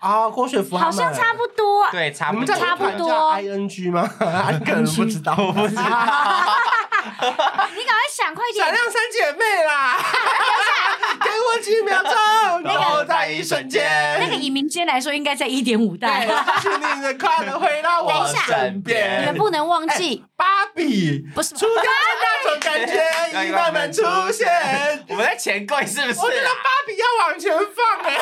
Speaker 3: 啊，郭学福
Speaker 4: 好
Speaker 3: 他们
Speaker 4: 像差不多。
Speaker 1: 对，差不
Speaker 3: 你们
Speaker 1: 多
Speaker 3: 这
Speaker 4: 样。差不多
Speaker 3: 叫 I N G 吗？你可能不知道，我不知道。
Speaker 4: 你赶快想快点
Speaker 3: 闪，亮三姐妹啦，给我几 秒钟，
Speaker 1: 那个
Speaker 3: 然后在一瞬间。
Speaker 4: 那个以民间来说，应该在一点五代。
Speaker 3: 对，是你的快乐回到我身
Speaker 4: 你们
Speaker 3: 边。
Speaker 4: 不能忘记，
Speaker 3: 芭比
Speaker 1: 哎
Speaker 4: 不是
Speaker 3: 出现的那种感觉已慢慢出现。
Speaker 1: 我们在钱柜是不是
Speaker 3: 我觉得
Speaker 1: 啊？
Speaker 3: 芭比要往前放哎、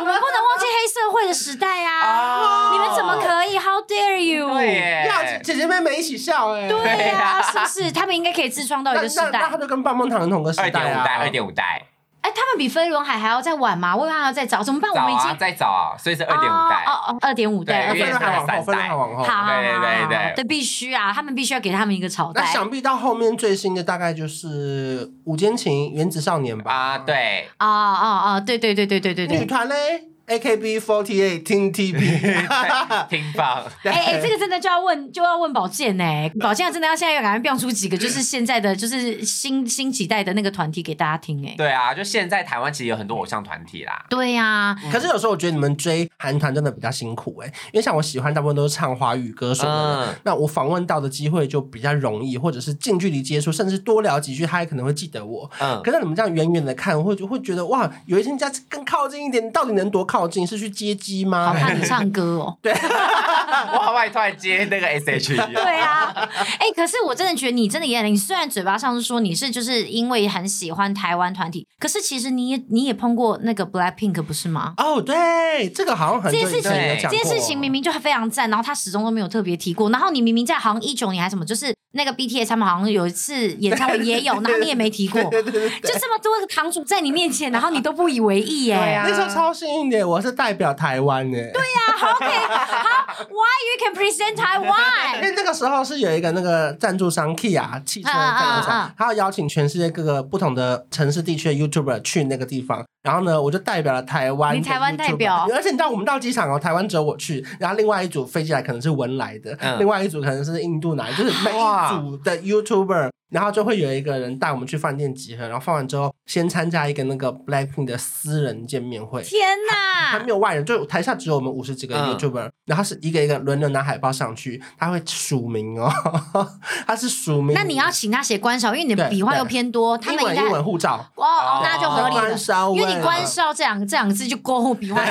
Speaker 4: 我们不能忘记黑社会的时代啊！
Speaker 1: 哦
Speaker 4: 你们怎么可以？How dare you？
Speaker 1: 对耶
Speaker 3: 要姐姐妹妹一起笑哎、
Speaker 4: 对呀、
Speaker 1: 对啊
Speaker 4: 是不是？他们应该可以自创到一
Speaker 3: 那
Speaker 4: 个时
Speaker 3: 那那
Speaker 4: 代
Speaker 3: 他。就跟棒棒糖同个时
Speaker 1: 二
Speaker 3: 代
Speaker 1: 点五代，
Speaker 3: 啊。
Speaker 1: 二点五代，
Speaker 4: 哎，他们比飞轮海还要再晚吗？我以为还要再早，怎么办？我
Speaker 1: 早
Speaker 4: 们已
Speaker 1: 啊，
Speaker 4: 经
Speaker 1: 再早啊，所以是二点五代。
Speaker 4: 哦哦，二点五代，
Speaker 1: 对
Speaker 4: 二
Speaker 3: 分
Speaker 1: 因为
Speaker 4: 点
Speaker 3: 了还往后，分了还往
Speaker 4: 好
Speaker 3: 后。
Speaker 4: 好好，
Speaker 1: 对对对对
Speaker 4: 对，必须啊，他们必须要给他们一个朝
Speaker 3: 那
Speaker 4: 代。
Speaker 3: 想必到后面最新的大概就是《午间情》《原子少年》吧。
Speaker 1: 啊，对，
Speaker 4: 哦哦哦，对对对对对对
Speaker 3: 女
Speaker 4: 对。
Speaker 3: 团嘞，AKB48、Team TP。
Speaker 1: 听 棒，
Speaker 4: 哎哎，这个真的就要问，就要问宝剑哎，宝剑真的要现在要赶快变出几个，就是现在的，就是新新几代的那个团体给大家听哎。
Speaker 1: 对啊，就现在台湾其实有很多偶像团体啦，
Speaker 4: 对呀，
Speaker 3: 可是有时候我觉得你们追韩团真的比较辛苦哎、因为像我喜欢大部分都是唱华语歌手的人，
Speaker 1: 嗯
Speaker 3: 那我访问到的机会就比较容易，或者是近距离接触，甚至多聊几句，他也可能会记得我。
Speaker 1: 嗯，
Speaker 3: 可是你们这样远远的看，会会觉得哇，有一天人家更靠近一点，你到底能多靠近？是去接机
Speaker 4: 好
Speaker 3: 吗？
Speaker 4: 怕你唱歌哦。
Speaker 3: 啊
Speaker 1: 我好怕你突然接那个 S H E，
Speaker 4: 对啊，哎、可是我真的觉得你真的也很，你虽然嘴巴上是说你是就是因为很喜欢台湾团体，可是其实你也你也碰过那个 Black Pink 不是吗？
Speaker 3: 哦，对，这个好像很久
Speaker 4: 这件
Speaker 3: 以
Speaker 4: 事情
Speaker 3: 前有讲
Speaker 4: 这
Speaker 3: 过。啊
Speaker 4: 件事情明明就非常赞，然后他始终都没有特别提过。然后你明明在好像一九年还是什么，就是那个 BTS 他们好像有一次演唱会也 有，然后你也没提过，
Speaker 3: 对对对对
Speaker 4: 就这么多个堂主在你面前，然后你都不以为意耶、
Speaker 1: 对啊
Speaker 3: 那时候超幸运的，我是代表台湾欸的。对呀、
Speaker 4: Why you can present
Speaker 3: 因
Speaker 4: Taiwan？
Speaker 3: 为那个时候是有一个那个赞助商 Kia 汽车的赞助
Speaker 4: 啊啊
Speaker 3: 商
Speaker 4: 啊，
Speaker 3: 他要邀请全世界各个不同的城市地区的 YouTuber 去那个地方。然后呢，我就代表了台湾，
Speaker 4: 你台湾代表，
Speaker 3: 而且你知道我们到机场哦，台湾只有我去，然后另外一组飞机来可能是文莱的，
Speaker 1: 嗯
Speaker 3: 另外一组可能是印度来，就是每一组的 YouTuber，然后就会有一个人带我们去饭店集合，然后放完之后先参加一个那个 Blackpink 的私人见面会，
Speaker 4: 天
Speaker 3: 他
Speaker 4: 哪
Speaker 3: 没！有外人，就台下只有我们五十几个
Speaker 1: 嗯
Speaker 3: YouTuber，、然后是一个一个轮流拿海报上去，他会署名哦， 他是署名。
Speaker 4: 那你要请他写观赏，因为你的
Speaker 3: 对
Speaker 4: 笔画
Speaker 3: 对
Speaker 4: 又偏多，他
Speaker 3: 英
Speaker 4: 们应
Speaker 3: 文
Speaker 4: 该
Speaker 3: 英文哦护照，
Speaker 4: 哦哦，那就合理了
Speaker 3: 关。稍微啊
Speaker 4: 因为你关烧这两这两个字就过户笔画，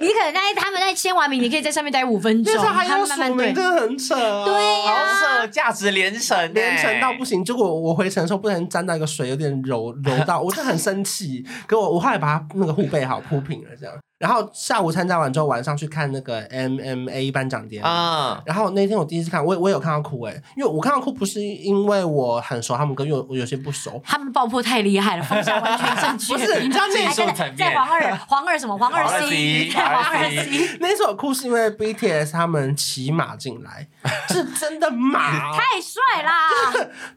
Speaker 4: 你可能在他们在签完名，你可以在上面待五分
Speaker 3: 那
Speaker 4: 钟，
Speaker 3: 时候还
Speaker 4: 他
Speaker 3: 要
Speaker 4: 们
Speaker 3: 署
Speaker 4: 慢慢对
Speaker 3: 名，真。的很扯、啊。
Speaker 4: 对呀、
Speaker 1: 好扯，价值连城欸，
Speaker 3: 连沉到不行，结果我回程的时候不小心沾到一个水，有点揉揉到，我就很生气。给我，我后来把它那个护背好铺平了这样。然后下午参加完之后，晚上去看那个 MMA 颁奖典礼，
Speaker 1: 嗯，
Speaker 3: 然后那天我第一次看，我也我也有看到哭哎、因为我看到哭不是因为我很熟他们歌，因为我我有些不熟，
Speaker 4: 他们爆破太厉害了，方向完全正确。
Speaker 3: 不是你知道那
Speaker 4: 还
Speaker 1: 技术
Speaker 4: 在
Speaker 1: 层面
Speaker 4: 在黄二黄二什么黄二
Speaker 1: 黄二
Speaker 4: C
Speaker 1: C，
Speaker 4: 黄
Speaker 1: 黄
Speaker 4: 二
Speaker 1: 二
Speaker 4: C，
Speaker 3: 那首哭是因为 BTS 他们骑马进来，是真 的马，
Speaker 4: 太帅啦！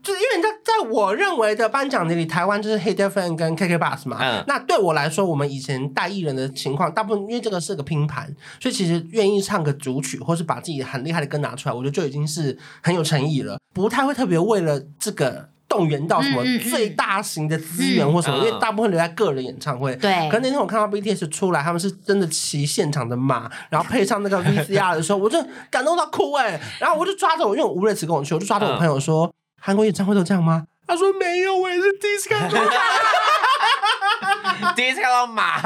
Speaker 3: 就是因为你知道，在我认为的颁奖典礼，台湾就是 Hit FM 跟 KK Bus 嘛。
Speaker 1: 嗯
Speaker 3: 那对我来说，我们以前带艺人的情况，大部分因为这个是个拼盘，所以其实愿意唱个主曲，或是把自己很厉害的歌拿出来，我觉得就已经是很有诚意了，不太会特别为了这个。动员到什么
Speaker 4: 嗯嗯嗯
Speaker 3: 最大型的资源或什么，
Speaker 1: 嗯
Speaker 3: 因为大部分留在个人演唱会。
Speaker 4: 对
Speaker 3: 可那天我看到 BTS 出来，他们是真的骑现场的马，然后配 上那个 VCR 的时候，我就感动到哭哎、然后我就抓着我，因为我吴瑞慈跟我去，我就抓着我朋友说：“韩国演唱会都这样吗？”他说：“没有，我也是第一次看到。
Speaker 1: 第一次看到 马，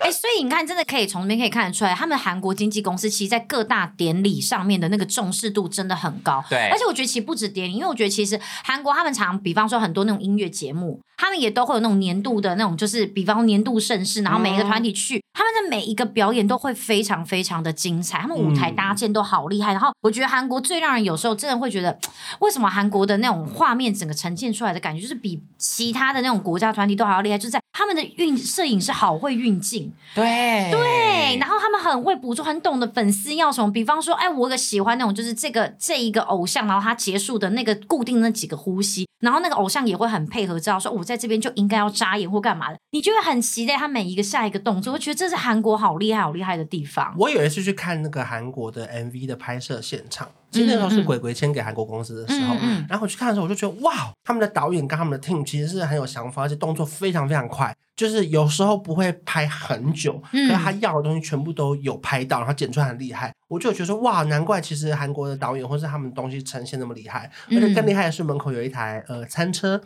Speaker 4: 哎、所以你看，真的可以从那边可以看得出来，他们韩国经纪公司其实在各大典礼上面的那个重视度真的很高。
Speaker 1: 对
Speaker 4: 而且我觉得其实不止典礼，因为我觉得其实韩国他们常，比方说很多那种音乐节目，他们也都会有那种年度的那种，就是比方年度盛事，然后每一个团体去，他们的每一个表演都会非常非常的精彩，他们舞台搭建都好厉害。然后我觉得韩国最让人有时候真的会觉得，为什么韩国的那种画面整个呈现出来的感觉，就是比其他的那种国家团体都还要厉害，就是在他们的运摄影师好会运镜。
Speaker 1: 对
Speaker 4: 对，然后他们很会捕捉，很懂得粉丝要什么。比方说，哎，我有个喜欢那种，就是这个这一个偶像，然后他结束的那个固定那几个呼吸，然后那个偶像也会很配合，知道说我在这边就应该要眨眼或干嘛的，你就会很期待他每一个下一个动作。我觉得这是韩国好厉害、好厉害的地”方
Speaker 3: 我有一次去看那个韩国的 MV 的拍摄现场，其实那时候是
Speaker 4: 嗯嗯
Speaker 3: 鬼鬼签给韩国公司的时候，
Speaker 4: 嗯
Speaker 3: 然后我去看的时候，我就觉得哇，他们的导演跟他们的 team 其实是很有想法，而且动作非常非常快，就是有时候不会拍很久，可
Speaker 4: 嗯
Speaker 3: 是他要的东西全部都有拍到，然后剪出来很厉害。我就觉得说哇，难怪其实韩国的导演或是他们东西呈现那么厉害，而且更厉害的是门口有一台呃餐车，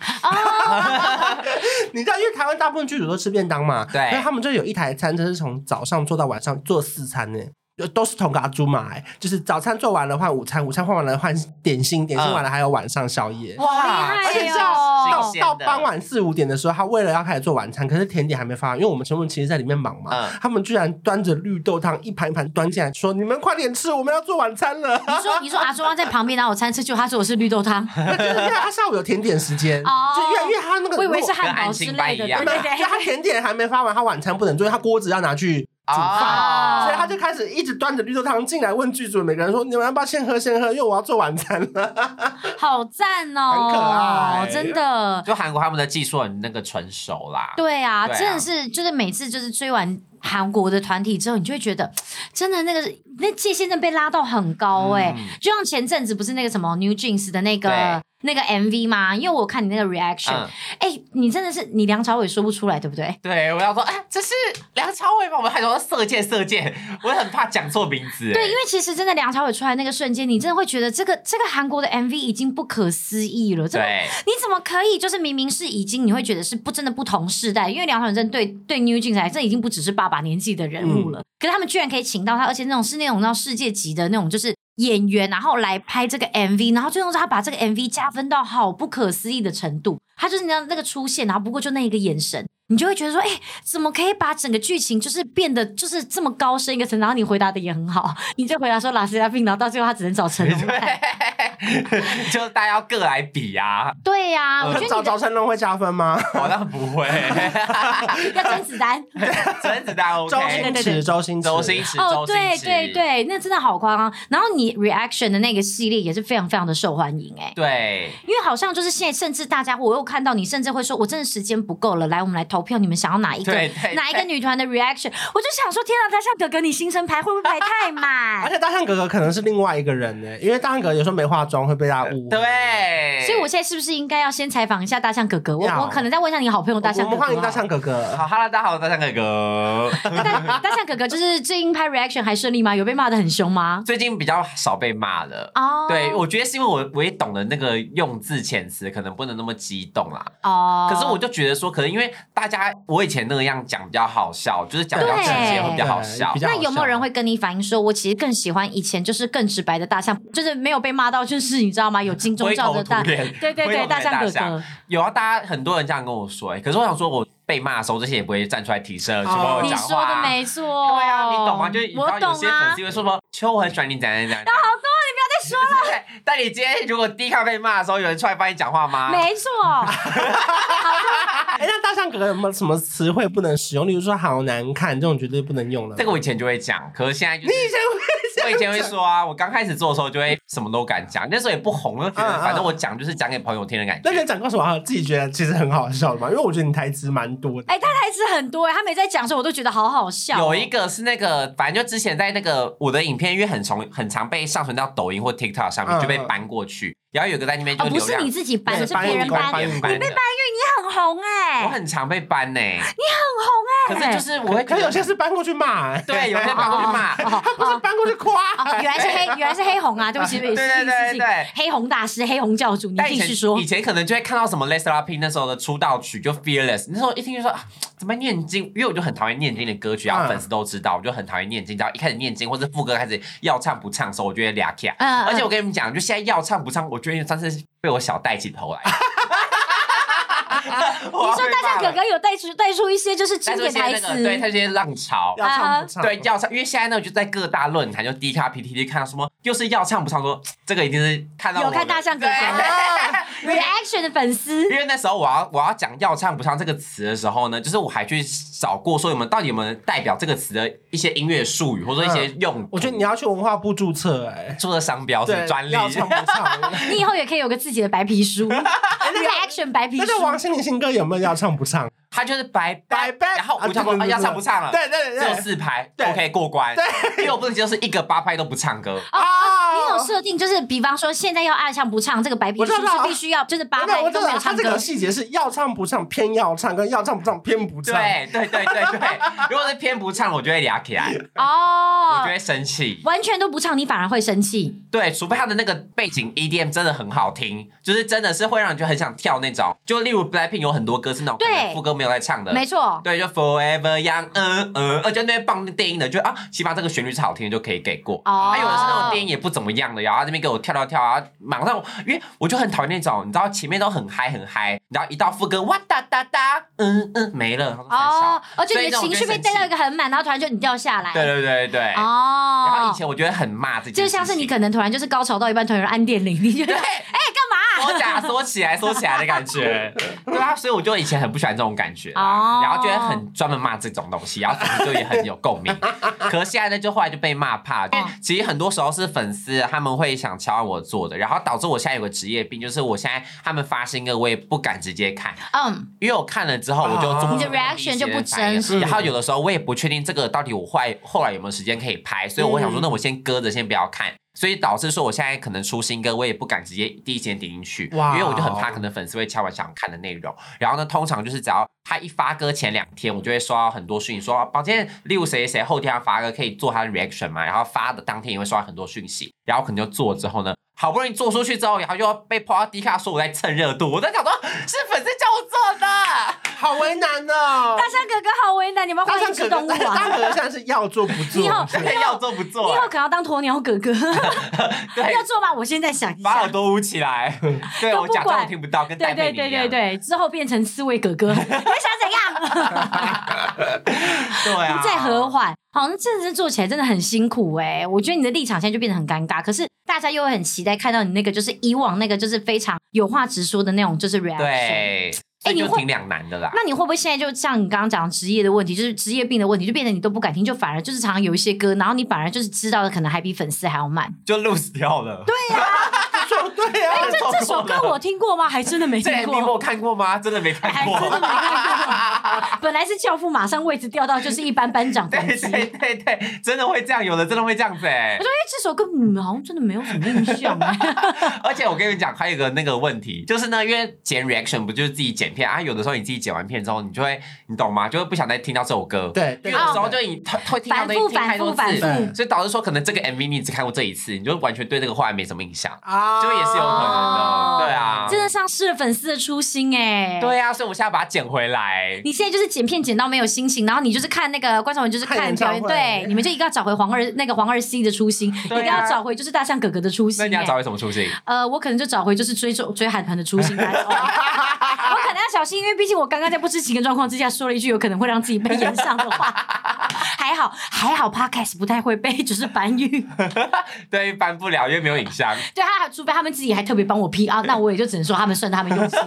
Speaker 3: 你知道，因为台湾大部分剧组都吃便当嘛，
Speaker 1: 对
Speaker 3: 所以他们就有一台餐车是从早上做到晚上做四餐呢、就都是同嘎猪嘛、欸，就是早餐做完了换午餐，午餐换完了换点心，点心完了还有晚上宵夜。
Speaker 4: 哇，好
Speaker 3: 而且
Speaker 4: 厉
Speaker 3: 是
Speaker 4: 害哦
Speaker 3: 到
Speaker 1: 新！鲜
Speaker 3: 到
Speaker 1: 的
Speaker 3: 傍晚四五点的时候，他为了要开始做晚餐，可是甜点还没发，因为我们全部其实在里面忙嘛。
Speaker 1: 嗯
Speaker 3: 他们居然端着绿豆汤一盘一盘端进来，说：“你们快点吃，我们要做晚餐 了。
Speaker 4: 你说你说阿庄在旁边拿我餐吃，就他说我是绿豆汤，”
Speaker 3: 那就是因为他下午有甜点时间，
Speaker 4: 哦
Speaker 3: 就因为因为他那个
Speaker 4: 我以为
Speaker 3: 如
Speaker 4: 是
Speaker 3: 果
Speaker 4: 汉堡之类
Speaker 1: 跟安心班
Speaker 4: 的，对
Speaker 3: 没
Speaker 4: 对
Speaker 3: 有就他
Speaker 4: 对。
Speaker 3: 甜点还没发完，他晚餐不能做，因为他锅子要 拿去煮饭。
Speaker 1: 啊
Speaker 4: 哦
Speaker 3: 所以他就开始一直端着绿豆汤进来，问剧组每个人说：“你们要不要先喝先喝？因为我要做晚餐了。
Speaker 4: 好赞
Speaker 3: 很可
Speaker 4: 哦
Speaker 3: 爱，
Speaker 4: 真的，
Speaker 1: 就韩国他们的技术很那个成熟啦，
Speaker 4: 对啊，
Speaker 1: 对啊
Speaker 4: 真的是，就是每次就是追完韩国的团体之后，你就会觉得， 真的那个那界限真的被拉到很高哎、
Speaker 1: 嗯
Speaker 4: 就像前阵子不是那个什么 New Jeans 的那个
Speaker 1: 对
Speaker 4: 那个 MV 吗？因为我看你那个 reaction，
Speaker 1: 嗯，
Speaker 4: 哎、你真的是你梁朝伟说不出来，对不对？
Speaker 1: 对，我要说，哎，这是梁朝伟吗？我们还说射箭射箭，我很怕讲错名字，
Speaker 4: 对，因为其实真的梁朝伟出来那个瞬间，你真的会觉得这个这个韩国的 MV 已经不可思议了，这个
Speaker 1: 对，
Speaker 4: 你怎么可以？就是明明是已经，你会觉得是不真的不同世代，因为梁朝伟真的对对 New Jeans 来，这已经不只是爸爸年纪的人物了。可是他们居然可以请到他，而且那种是那种到世界级的那种，就是演员，然后来拍这个 MV，然后最后是他把这个 MV 加分到好不可思议的程度。他就是那那个出现，然后不过就那一个眼神，你就会觉得说，哎、怎么可以把整个剧情就是变得就是这么高深一个层？然后你回答的也很好，你就回答说拉斯加病，然后到最后他只能找成龙来。
Speaker 1: 对， 就是大家要各来比 啊，
Speaker 4: 对呀、我觉得
Speaker 3: 找
Speaker 4: 你
Speaker 3: 早餐弄会加分吗？
Speaker 1: 好像不 会，
Speaker 4: 的要甄子丹。
Speaker 1: 甄子丹
Speaker 3: 周
Speaker 1: OK，
Speaker 4: 对
Speaker 3: 星
Speaker 4: 对对
Speaker 3: 驰，周星驰，
Speaker 1: 周星驰，
Speaker 4: 哦，
Speaker 1: 周星
Speaker 4: 对
Speaker 1: 驰
Speaker 4: 对对，那真的好夸张。然后你 reaction 的那个系列也是非常非常的受欢迎哎、
Speaker 1: 对，
Speaker 4: 因为好像就是现在，甚至大家我有看到你，甚至会说，我真的时间不够了，来我们来投票，你们想要哪一个
Speaker 1: 对对
Speaker 4: 哪一个女团的 reaction？我就想说，天啊，大象哥哥你行程排会不会排太
Speaker 3: 而
Speaker 1: 哎
Speaker 4: 满？
Speaker 3: 且大象哥哥可能是另外一个人呢、欸因为大象哥哥有时候没化妆会被大家误会。
Speaker 1: 呃 对，
Speaker 4: 所以我现在是不是应该要先采访一下大象哥哥？我
Speaker 3: 要
Speaker 4: 我可能再问一下你好朋友大象
Speaker 3: 我
Speaker 4: 哥哥
Speaker 3: 们
Speaker 4: 好了。
Speaker 3: 欢迎大象哥哥。
Speaker 1: 好，Hello，大家好，我是大象哥 哥。
Speaker 4: 那大大象哥哥就是最近拍 reaction 还顺利吗？有被骂的很凶吗？
Speaker 1: 最近比较少被骂了。
Speaker 4: 哦，
Speaker 1: 对，我觉得是因为我我也懂得那个用字遣词，可能不能那么激动啦。
Speaker 4: 哦，
Speaker 1: 可是我就觉得说，可能因为大家我以前那个样讲比较好笑，就是讲比较直接会比较好笑
Speaker 3: 对比。较
Speaker 4: 那
Speaker 3: 好
Speaker 4: 有没有
Speaker 3: 笑
Speaker 4: 人会跟你反映说，我其实更喜欢以前就是更直白的大象，就是没有被骂到，就是你知道吗？有金钟
Speaker 1: 灰
Speaker 4: 罩
Speaker 1: 头
Speaker 4: 的
Speaker 1: 土
Speaker 4: 大，
Speaker 1: 脸，
Speaker 4: 对对
Speaker 1: 灰头
Speaker 4: 对，
Speaker 1: 土脸
Speaker 4: 大象哥
Speaker 1: 象
Speaker 4: 哥，
Speaker 1: 有啊，大家很多人这样跟我说、欸，可是我想说，我被骂的时候，这些也不会站出来提升什么
Speaker 3: 哦
Speaker 1: 我
Speaker 4: 你
Speaker 1: 讲
Speaker 4: 说
Speaker 1: 话、
Speaker 4: 的
Speaker 1: 啊。
Speaker 4: 没错，
Speaker 1: 对啊，你懂吗？就是你知
Speaker 4: 我
Speaker 1: 道
Speaker 4: 懂
Speaker 1: 有些粉
Speaker 4: 啊
Speaker 1: 丝。会说什么“秋，我很喜欢你”怎样怎样。那好多，你不要再说了。但你今天如果第一看被骂的时候，有人出来帮你讲话吗？
Speaker 4: 没错，
Speaker 3: 哎、那大象哥哥有没有什么词汇不能使用？例如说好难看这种绝对不能用了。
Speaker 1: 这个我以前就会讲，可是现在就是
Speaker 3: 你以前会
Speaker 1: 我以前会说啊，我刚开始做的时候就会什么都敢讲，那时候也不红，就觉
Speaker 3: 嗯嗯
Speaker 1: 得反正我讲就是讲给朋友听的感
Speaker 3: 那你有
Speaker 1: 觉。
Speaker 3: 讲过什么自己觉得其实很好笑的吗？因为我觉得你台词蛮多的。
Speaker 4: 哎，他台词很多哎，他每在讲的时候我都觉得好好笑哦。
Speaker 1: 有一个是那个，反正就之前在那个我的影片，因为很常很常被上传到抖音或 TikTok 上
Speaker 3: 嗯
Speaker 1: 面，就被
Speaker 3: 嗯
Speaker 1: 搬过去。然后有一个在那边就
Speaker 4: 哦，不
Speaker 1: 流
Speaker 4: 是
Speaker 1: 量
Speaker 4: 你，自己搬，
Speaker 3: 对
Speaker 4: 是别人
Speaker 3: 搬
Speaker 4: 搬，
Speaker 3: 你
Speaker 1: 你搬
Speaker 3: 搬
Speaker 4: 被
Speaker 1: 的，
Speaker 4: 你很红
Speaker 1: 我
Speaker 4: 哎，
Speaker 1: 很常被搬呢。
Speaker 4: 你
Speaker 1: 可
Speaker 4: 很红
Speaker 1: 是
Speaker 4: 哎。
Speaker 1: 就是我会觉
Speaker 3: 可是
Speaker 1: 得
Speaker 3: 有些是搬过去骂、 哎
Speaker 1: 对，有些搬过去骂，
Speaker 4: 哦
Speaker 3: 他不是搬过去夸、
Speaker 4: 哦，原来是黑，原来是黑 红 啊！对不起，对不起，
Speaker 1: 对对对
Speaker 4: 是
Speaker 1: 对
Speaker 4: 黑红大师、黑红教主，你
Speaker 1: 但
Speaker 4: 继
Speaker 1: 以前
Speaker 4: 续说
Speaker 1: 以。前可能就会看到什么 Lester l a p i n 那时候的出道曲就 Fearless，那时候一听就说、啊、怎么念经，因为我就很讨厌念经的歌曲，然后
Speaker 3: 嗯
Speaker 1: 粉丝都知道，我就很讨厌念经。只要一开始念经或者副歌开始要唱不唱的时候，我就会俩卡。
Speaker 4: 嗯，嗯
Speaker 1: 而且我跟你们讲，就现在要唱不唱，我觉得算是被我小带起头来。你
Speaker 4: 你说
Speaker 1: 说
Speaker 4: 大象哥哥有带出带出一些就是经典台词，
Speaker 1: 对，他这些浪潮。
Speaker 3: 要唱不唱？
Speaker 1: 对，要唱，因为现在呢，我就在各大论坛，就 D 卡 PTT 看到什么，又是要唱不唱说，这个一定是看到
Speaker 4: 有
Speaker 1: 我
Speaker 4: 看
Speaker 1: 的
Speaker 4: 大象哥
Speaker 1: 对
Speaker 4: 哥 reaction 的粉丝
Speaker 1: 因为那时候我要我要讲“要唱不唱”这个词的时候呢，就是我还去找过说有没有到底有没有代表这个词的一些音乐术语或者说一些用途、
Speaker 3: 嗯我觉得你要去文化部注册、哎，
Speaker 1: 做的商标是
Speaker 3: 对，
Speaker 1: 专利，
Speaker 3: 要唱不唱？
Speaker 4: 你以后也可以有个自己的白皮书 reaction 白皮
Speaker 3: 那
Speaker 4: 书
Speaker 3: 就。王心凌新歌有没有要唱不唱？
Speaker 1: 他就是白
Speaker 3: 拜拜，
Speaker 1: 然后我就想说啊要唱不唱了，
Speaker 3: 对对
Speaker 1: 只有
Speaker 3: 对对，
Speaker 1: 四拍
Speaker 3: 对
Speaker 1: ，OK 过关。
Speaker 3: 对
Speaker 1: 因为我不能接受是一个八拍都不唱歌，
Speaker 3: 啊
Speaker 4: 哦你有设定，就是比方说现在要爱唱不唱，这个白皮
Speaker 3: 我
Speaker 4: 书
Speaker 3: 知道
Speaker 4: 是必须要就是八
Speaker 3: 没有
Speaker 4: 拍
Speaker 3: 我
Speaker 4: 都
Speaker 3: 真
Speaker 4: 没有
Speaker 3: 的，他
Speaker 4: 唱
Speaker 3: 这个
Speaker 4: 歌。
Speaker 3: 细节是要唱不唱，偏要唱，跟要唱不唱偏不唱。
Speaker 1: 对对对对对。如果是偏不唱，我就会俩起 来，我
Speaker 4: 哦
Speaker 1: 就，会生气。
Speaker 4: 完全都不唱，你反而会生气。
Speaker 1: 对，除非他的那个背景 EDM 真的很好听，就是真的是会让你就很想跳那种。就例如 Blackpink 有很多歌是那种
Speaker 4: 对
Speaker 1: 可能副歌没有在唱的，
Speaker 4: 没错，
Speaker 1: 对，就 Forever Young，嗯嗯，而且那边放电音的，就啊，起码这个旋律是好听的就可以给过。
Speaker 4: 哦
Speaker 1: 还有的是那种电音也不怎么样的，然后他这边给我跳跳跳啊，马上，因为我就很讨厌那种，你知道前面都很嗨很嗨，然后一到副歌哇哒哒哒，嗯嗯没了，他说三小
Speaker 4: 哦，而且你的情绪被带到一个很满，然后突然就你掉下来。
Speaker 1: 对对对对。然后以
Speaker 4: 哦，
Speaker 1: 前我觉得很骂这件事情，
Speaker 4: 就像是你可能突然就是高潮到一半，突然有人按电铃，你就
Speaker 1: 对。
Speaker 4: 哎干嘛？
Speaker 1: 缩夹缩起来缩起来的感 觉，对啊，所以我就以前很不喜欢这种感觉，
Speaker 4: 哦
Speaker 1: 然后就会很专门骂这种东西，然后粉丝就也很有共 鸣。可是现在呢，就后来就被骂怕，
Speaker 4: 哦
Speaker 1: 因为其实很多时候是粉丝他们会想敲完我做的，然后导致我现在有个职业病，就是我现在他们发新歌我也不敢直接看，
Speaker 4: 嗯，
Speaker 1: 因为我看了之后我就做
Speaker 3: 哦
Speaker 1: 不出
Speaker 3: 你的
Speaker 4: reaction 就不真实
Speaker 1: 一些反应然后有的时候我也不确定这个到底我坏后来有没有时间可以拍，所以我想说，那我先搁着，先不要看。所以导致说，我现在可能出新歌，我也不敢直接第一时间点进去，
Speaker 3: 哇
Speaker 1: 因为我就很怕可能粉丝会敲完想看的内容。然后呢，通常就是只要他一发歌前两天，我就会收到很多讯息说，宝剑例如谁谁谁后天要发歌，可以做他的 reaction 嘛？然后发的当天也会收到很多讯息，然后可能就做之后呢，好不容易做出去之后，然后又要被抛到迪卡说我在蹭热度，我在想说，是粉丝叫我做的。
Speaker 3: 好为难哦。
Speaker 4: 大象哥哥好为难，你们
Speaker 3: 大
Speaker 4: 换
Speaker 3: 象
Speaker 4: 一只
Speaker 3: 可
Speaker 4: 动
Speaker 3: 能，
Speaker 4: 物啊
Speaker 3: 大象！可能现在是要做不做
Speaker 4: 你。好
Speaker 1: 这个要做不
Speaker 4: 你
Speaker 1: 做、
Speaker 4: 以后
Speaker 1: 啊？
Speaker 4: 可能要当鸵鸟哥哥，
Speaker 1: 对
Speaker 4: 哎要，做吗？我现在想一
Speaker 1: 把
Speaker 4: 下
Speaker 1: 耳。朵捂起来。对
Speaker 4: 都不
Speaker 1: 我假装我
Speaker 4: 管
Speaker 1: 听不到，跟
Speaker 4: 对
Speaker 1: 戴
Speaker 4: 对
Speaker 1: 佩妮
Speaker 4: 对
Speaker 1: 一
Speaker 4: 对
Speaker 1: 样。
Speaker 4: 对，之后变成刺猬哥 哎哥，你们想怎样？
Speaker 1: 对啊，
Speaker 4: 再和缓，好像真的是做起来真的很辛苦哎、我觉得你的立场现在就变得很尴尬，可是大家又会很期待看到你那个就是以往那个就是非常有话直说的那种就是 reaction。，
Speaker 1: 对，所以
Speaker 4: 你
Speaker 1: 就
Speaker 4: 会
Speaker 1: 挺两难的啦。
Speaker 4: 那你会不会现在就像你刚刚讲的职业的问题，就是职业病的问题，就变成你都不敢听，就反而就是常常有一些歌，然后你反而就是知道的可能还比粉丝还要慢。哎
Speaker 1: 就 lose 掉了。对，啊
Speaker 3: 说对啊，
Speaker 1: 这
Speaker 4: 这首歌我听过吗？还真的没
Speaker 1: 这
Speaker 4: 听
Speaker 1: 你
Speaker 4: 过。
Speaker 1: 我看过吗？真的没看
Speaker 4: 还
Speaker 1: 过
Speaker 4: 哎真。的没看 过，本来是教父，马上位置掉到就是一般班长等
Speaker 1: 对
Speaker 4: 级。
Speaker 1: 对对对，真的会这样，有的真的会这样子哎、
Speaker 4: 我说，哎、这首歌嗯，好像真的没有什么印象、哎
Speaker 1: 而且我跟你讲，还有一个那个问题，就是呢，因为剪 reaction 不就是自己剪片啊？有的时候你自己剪完片之后，你就会，你懂吗？就会不想再听到这首歌。
Speaker 3: 对
Speaker 1: 因为
Speaker 3: 对
Speaker 1: 有的时候就你他会听到
Speaker 4: 哦反
Speaker 1: 那
Speaker 4: 复
Speaker 1: 听太
Speaker 4: 反
Speaker 1: 多
Speaker 4: 复
Speaker 1: 次，
Speaker 4: 反
Speaker 3: 对
Speaker 4: 复。
Speaker 1: 所以导致说，可能这个 MV 你只看过这一次，你就完全对这个画面没什么印象，
Speaker 3: 啊
Speaker 1: 就也是有可能
Speaker 4: 哦
Speaker 1: 的，对啊，
Speaker 4: 真的丧失了粉丝的初心哎、
Speaker 1: 对啊，所以我现在把它捡回来。
Speaker 4: 你现在就是剪片剪到没有心情，然后你就是看那个观众们就是
Speaker 3: 看
Speaker 4: 看
Speaker 3: 演
Speaker 4: 表
Speaker 3: 唱
Speaker 4: 演，
Speaker 3: 会
Speaker 4: 对，你们就一定要找回黄二那个黄二 C 的初心，一
Speaker 1: 对啊
Speaker 4: 定要找回就是大象哥哥的初心、
Speaker 1: 那你要
Speaker 4: 哎
Speaker 1: 找回什么初心？
Speaker 4: 呃，我可能就找回就是追追追韩团的初心吧。哦 我可能要小心，因为毕竟我刚刚在不知情的状况之下说了一句有可能会让自己被延上的 话。还好还好，Podcast 不太会被就是搬运，
Speaker 1: 对，搬不了，因为没有影像。
Speaker 4: 对他，除非他们自己还特别帮我 P 啊，那我也就只能说他们算他们用心，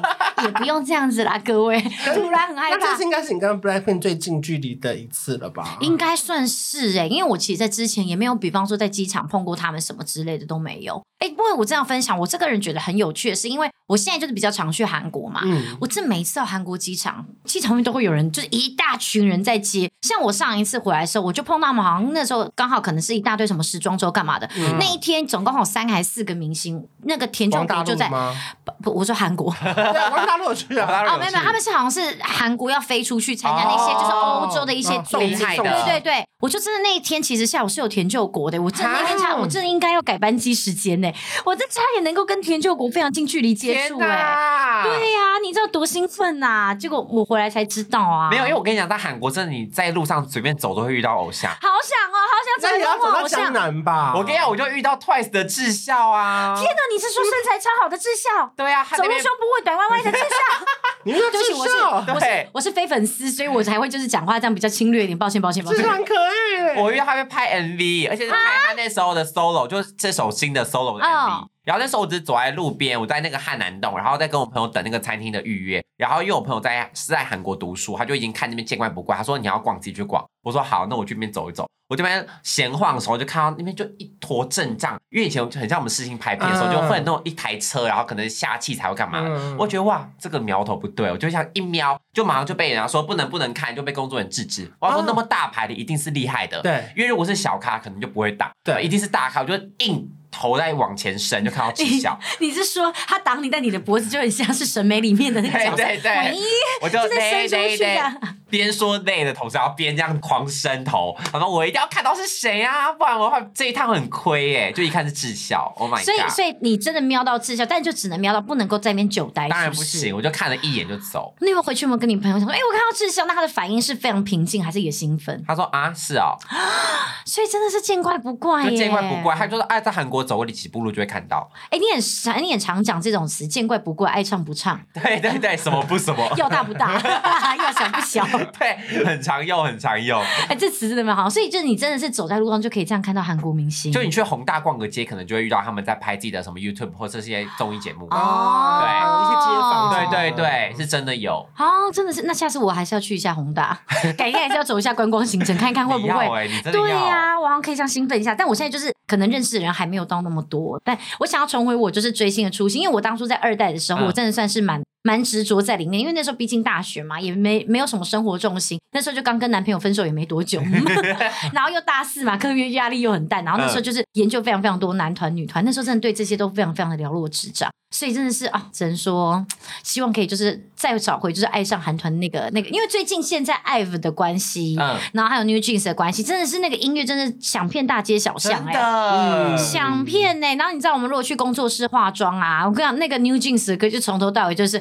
Speaker 4: 也不用这样子啦，各位。突然很害
Speaker 3: 那这
Speaker 4: 怕
Speaker 3: 是。应该是你跟 Blackpink 最近距离的一次了吧？
Speaker 4: 应该算是哎、因为我其实，在之前也没有，比方说在机场碰过他们什么之类的都没有。哎、不过我这样分享，我这个人觉得很有趣的是，因为我现在就是比较常去韩国嘛，
Speaker 3: 嗯，
Speaker 4: 我这每一次到韩国机场，机场外面都会有人，就是一大群人在接。像我上一次回来的时候，我就碰到他们，好像那时候刚好可能是一大堆什么时装周干嘛的。那一天总共有三个还是四个明星，那个田壮
Speaker 3: 王嗯大
Speaker 4: 德
Speaker 3: 陆
Speaker 4: 就在
Speaker 3: 吗？
Speaker 4: 不不，我说韩 国哦，
Speaker 3: 对，王大陆有去啊。
Speaker 1: 哦
Speaker 4: 没有没有，他们是好像是韩国要飞出去参加那些、
Speaker 1: 哦
Speaker 4: 就是欧洲的一些
Speaker 3: 哦
Speaker 4: 组
Speaker 1: 厉
Speaker 4: 织。
Speaker 1: 害的
Speaker 3: 送
Speaker 4: 对对
Speaker 3: 礼
Speaker 4: 对，我就真的那一天，其实下午是有田救国的，我真的那天差，
Speaker 3: 哈
Speaker 4: 我真的应该要改班机时间
Speaker 3: 啊
Speaker 4: 呢、我这差点能够跟田救国非常近距离接触哎、
Speaker 1: 哪！
Speaker 4: 对呀、你知道多兴奋呐、结果我回来才知道啊，
Speaker 1: 没有，因为我跟你讲，在韩国真的，你在路上随便走都会遇到偶像。
Speaker 4: 好想哦，好
Speaker 3: 那
Speaker 4: 想
Speaker 3: 你
Speaker 4: 找
Speaker 3: 要
Speaker 4: 个
Speaker 3: 走
Speaker 4: 跟我
Speaker 3: 到
Speaker 4: 偶像。天
Speaker 3: 江南吧？
Speaker 1: 我跟你讲，我就遇到 Twice 的智孝啊！
Speaker 4: 啊哪，你是说身材超好的智孝？
Speaker 1: 对啊，他
Speaker 4: 走
Speaker 1: 那
Speaker 4: 路
Speaker 1: 边
Speaker 4: 胸部会短弯弯的智孝？
Speaker 3: 你说
Speaker 4: 对不起
Speaker 3: 智
Speaker 4: 我是
Speaker 3: 孝，
Speaker 4: 我是
Speaker 1: 对
Speaker 4: 我是非粉丝，所以我才会就是讲话这样比较侵略一点，抱歉抱歉抱
Speaker 3: 智
Speaker 4: 歉
Speaker 3: 孝。很可爱。
Speaker 1: 我遇到他会拍 MV，而且是拍他那时候的 solo，、就是这首新的 solo 的 MV、
Speaker 4: 哦
Speaker 1: 然后那时候我只是走在路边，我在那个汉南洞，然后在跟我朋友等那个餐厅的预约。然后因为我朋友在是在韩国读书，他就已经看那边见怪不怪，他说你要逛自己去逛。我说好，那我去那边走一走。我这边闲晃的时候，就看到那边就一坨阵仗，因为以前很像我们试镜拍片的时候，
Speaker 3: 嗯
Speaker 1: 就会有那种一台车，然后可能下器材会干嘛的。
Speaker 3: 嗯
Speaker 1: 我觉得哇，这个苗头不对，哦我就想一瞄，就马上就被人家说不能不能看，就被工作人员制止。我要说
Speaker 3: 啊
Speaker 1: 那么大牌的一定是厉害的，
Speaker 3: 对
Speaker 1: 因为如果是小咖，可能就不会打，
Speaker 3: 对
Speaker 1: 一定是大咖，我就硬头在往前伸，就看到七 小，
Speaker 4: 你是说他挡你，但你的脖子就很像是审美里面的那个角色，
Speaker 1: 对对对
Speaker 4: 万一
Speaker 1: 我就
Speaker 4: 就在
Speaker 1: 累
Speaker 4: 伸
Speaker 1: 累
Speaker 4: 出去
Speaker 1: 累，
Speaker 4: 啊！
Speaker 1: 边说累的同时，要边这样狂伸头，然后我一定要看到是谁啊，不然的话这一趟很亏耶，就一看是智孝，Oh my
Speaker 4: 所以
Speaker 1: god，
Speaker 4: 所以你真的瞄到智孝，但就只能瞄到，不能够在那边久待，
Speaker 1: 当然
Speaker 4: 是
Speaker 1: 不
Speaker 4: 是。
Speaker 1: 行，我就看了一眼就走。
Speaker 4: 那你们回去有没有跟你朋友讲说，哎、我看到智孝，那他的反应是非常平静，还是也兴奋？
Speaker 1: 他说啊，是哦，
Speaker 4: 所以真的是见怪不怪
Speaker 1: 就
Speaker 4: 耶，
Speaker 1: 见怪不怪。他就说，哎，在韩国走过几步路就会看到。
Speaker 4: 哎、你很常，你很常讲这种词，见怪不怪，爱唱不 唱，
Speaker 1: 对对对，什么不什 么，
Speaker 4: 要大不大，要小不小。
Speaker 1: 对，很常用，很常用。
Speaker 4: 哎、这词真的蛮好，所以就是你真的是走在路上就可以这样看到韩国明星，
Speaker 1: 就你去宏大逛个街，可能就会遇到他们在拍自己的什么 YouTube 或者这些综艺节目。
Speaker 4: 哦
Speaker 3: 啊，
Speaker 1: 对
Speaker 3: 有一些街坊
Speaker 1: 对
Speaker 3: 什么
Speaker 1: 对
Speaker 3: 的
Speaker 1: 对，是真的有。
Speaker 4: 哦，真的是，那下次我还是要去一下宏大， 改天还是要走一下观光行程，看看会不
Speaker 1: 你要
Speaker 4: 会。
Speaker 1: 哎、你真的
Speaker 4: 对
Speaker 1: 要？
Speaker 4: 呀、我好像可以这样兴奋一下，但我现在就是可能认识的人还没有到那么多，但我想要重回我就是追星的初心，因为我当初在二代的时
Speaker 1: 嗯
Speaker 4: 候，我真的算是蛮蛮执着在里面，因为那时候毕竟大学嘛，也没没有什么生活重心，那时候就刚跟男朋友分手也没 多久， 然后又大四嘛，课业压力又很大，然后
Speaker 1: 嗯
Speaker 4: 那时候就是研究非常非常多男团女团，那时候真的对这些都非常非常的了若指掌，所以真的是啊，只能说希望可以就是再找回就是爱上韩团那个那个，因为最近现在 IVE 的关系，
Speaker 1: 嗯，
Speaker 4: 然后还有 New Jeans 的关系，真的是那个音乐真的想遍大街小巷
Speaker 1: 真
Speaker 4: 哎、
Speaker 1: 的。
Speaker 3: 嗯
Speaker 4: 想骗欸呢、然后你知道我们如果去工作室化妆啊，我跟你讲，那个 New Jeans 的歌就从头到 尾就是，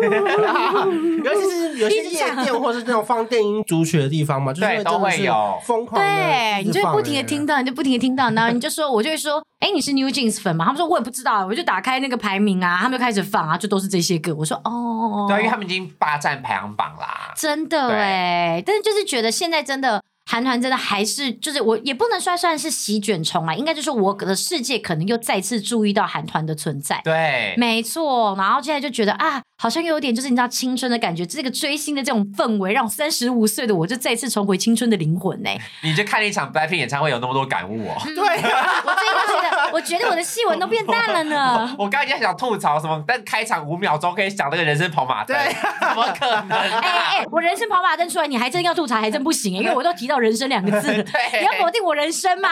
Speaker 1: 嗯
Speaker 3: 尤其是有些夜 店或是那种放电音主曲的地方嘛，就是
Speaker 1: 对都会有
Speaker 3: 疯狂的
Speaker 4: 对，
Speaker 3: 一
Speaker 4: 你
Speaker 3: 直
Speaker 4: 就会
Speaker 3: 放
Speaker 4: 不停的听到，你就不停的听到， 然后你就说，我就会说，哎、你是 New Jeans 粉吗？他们说我也不知道，我就打开那个排名啊，他们就开始放啊，就都是这些歌，我说哦，
Speaker 1: 对，因为他们已经霸占排行榜啦。
Speaker 4: 真的
Speaker 1: 对
Speaker 4: 哎、但是就是觉得现在真的。韩团真的还是就是我也不能算算是席卷重来，应该就是我的世界可能又再次注意到韩团的存在。
Speaker 1: 对，
Speaker 4: 没错，然后现在就觉得啊，好像又有点就是你知道青春的感觉，这个追星的这种氛围，让三十五岁的我就再次重回青春的灵魂欸 呢、
Speaker 1: 你就看了一场 Blackpink 演唱会，有那么多感悟哦。
Speaker 4: 嗯
Speaker 3: 对啊，
Speaker 4: 我最近觉得，我觉得我的细纹都变淡了 呢。
Speaker 1: 我刚才就想吐槽什么，但开场五秒钟可以想那个人生跑马灯，
Speaker 3: 对
Speaker 1: 怎么可能
Speaker 4: 哎
Speaker 1: 啊？
Speaker 4: 哎哎，我人生跑马灯出来，你还真要吐槽，还真不行哎、因为我都提到人生两个字，
Speaker 1: 对
Speaker 4: 你要否定我人生 吗？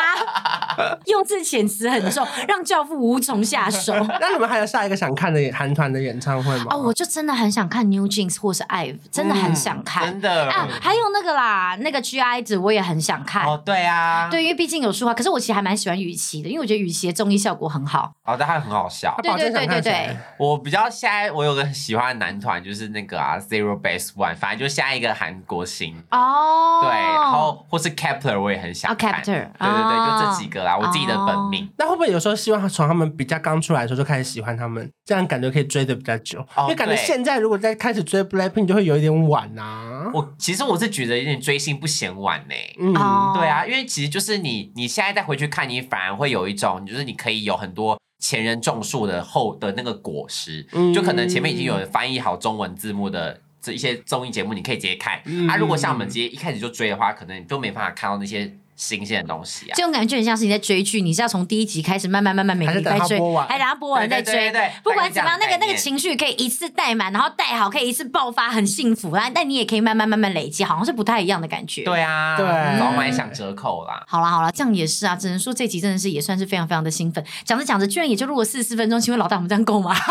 Speaker 4: 用字遣词很重，让教父无从 下手。
Speaker 3: 那你们还有下一个想看的韩团的演唱会吗？
Speaker 4: 哦，我就真的很想看 New Jeans 或是 IVE，真的很想
Speaker 1: 嗯
Speaker 4: 看、
Speaker 1: 真的。
Speaker 4: 啊！还有那个啦，那个 G I 子我也很想看。
Speaker 1: 哦，对啊，，
Speaker 4: 对，因为毕竟有书画，可是我其实还蛮喜欢雨琦的，因为我觉得雨琦的综艺效果很好。
Speaker 1: 哦，但他很好笑。
Speaker 3: 宝
Speaker 4: 对
Speaker 3: 珍啊想
Speaker 4: 对对
Speaker 3: 看
Speaker 4: 对
Speaker 3: 谁
Speaker 4: 对？
Speaker 1: 我比较现在我有个喜欢的男团，就是那个啊 Zero Base One，反正就下一个韩国星。
Speaker 4: 哦
Speaker 1: 对，然后或是 Kepler 我也很想
Speaker 4: 哦啊
Speaker 1: 看。
Speaker 4: ，Captor，
Speaker 1: 对对对，就这几个啦，我自己的本命。
Speaker 3: 那会不会有时候希望从他们比较刚出来的时候就开始喜欢他们，这样感觉可以追的比较久？
Speaker 1: 哦
Speaker 3: 因为感觉
Speaker 1: 对
Speaker 3: 现在如果再开始追 Blackpink 就会有一点晚啊。
Speaker 1: 我其实我是觉得有点追星不嫌晚呢、
Speaker 3: 嗯，
Speaker 4: 哦
Speaker 1: 对啊，因为其实就是你，你现在再回去看，你反而会有一种，就是你可以有很多前人种树的后的那个果实，
Speaker 3: 嗯
Speaker 1: 就可能前面已经有人翻译好中文字幕的。这一些综艺节目你可以直接看、
Speaker 3: 嗯
Speaker 1: 啊，如果像我们直接一开始就追的话，可能你就没办法看到那些新鲜的东西啊
Speaker 4: 这。种感觉就很像是你在追剧，你是要从第一集开始慢慢慢慢每个
Speaker 3: 还是
Speaker 4: 礼拜
Speaker 3: 等它
Speaker 4: 追，
Speaker 3: 播完
Speaker 4: 还等它播完再追。
Speaker 1: 对对对对
Speaker 4: 不管怎么样，
Speaker 1: 大
Speaker 4: 那
Speaker 1: 概这样概
Speaker 4: 个那个
Speaker 1: 念
Speaker 4: 情绪可以一次带满，然后带好，可以一次爆发，很幸福啦。但你也可以慢慢慢慢累积，好像是不太一样的感觉。。
Speaker 1: 对啊，
Speaker 3: 对
Speaker 1: 早买想折扣啦。
Speaker 4: 好啦好啦，这样也是啊，只能说这集真的是也算是非常非常的兴奋。讲着讲着，居然也就录了四十四分钟，请问老大我们这样够吗？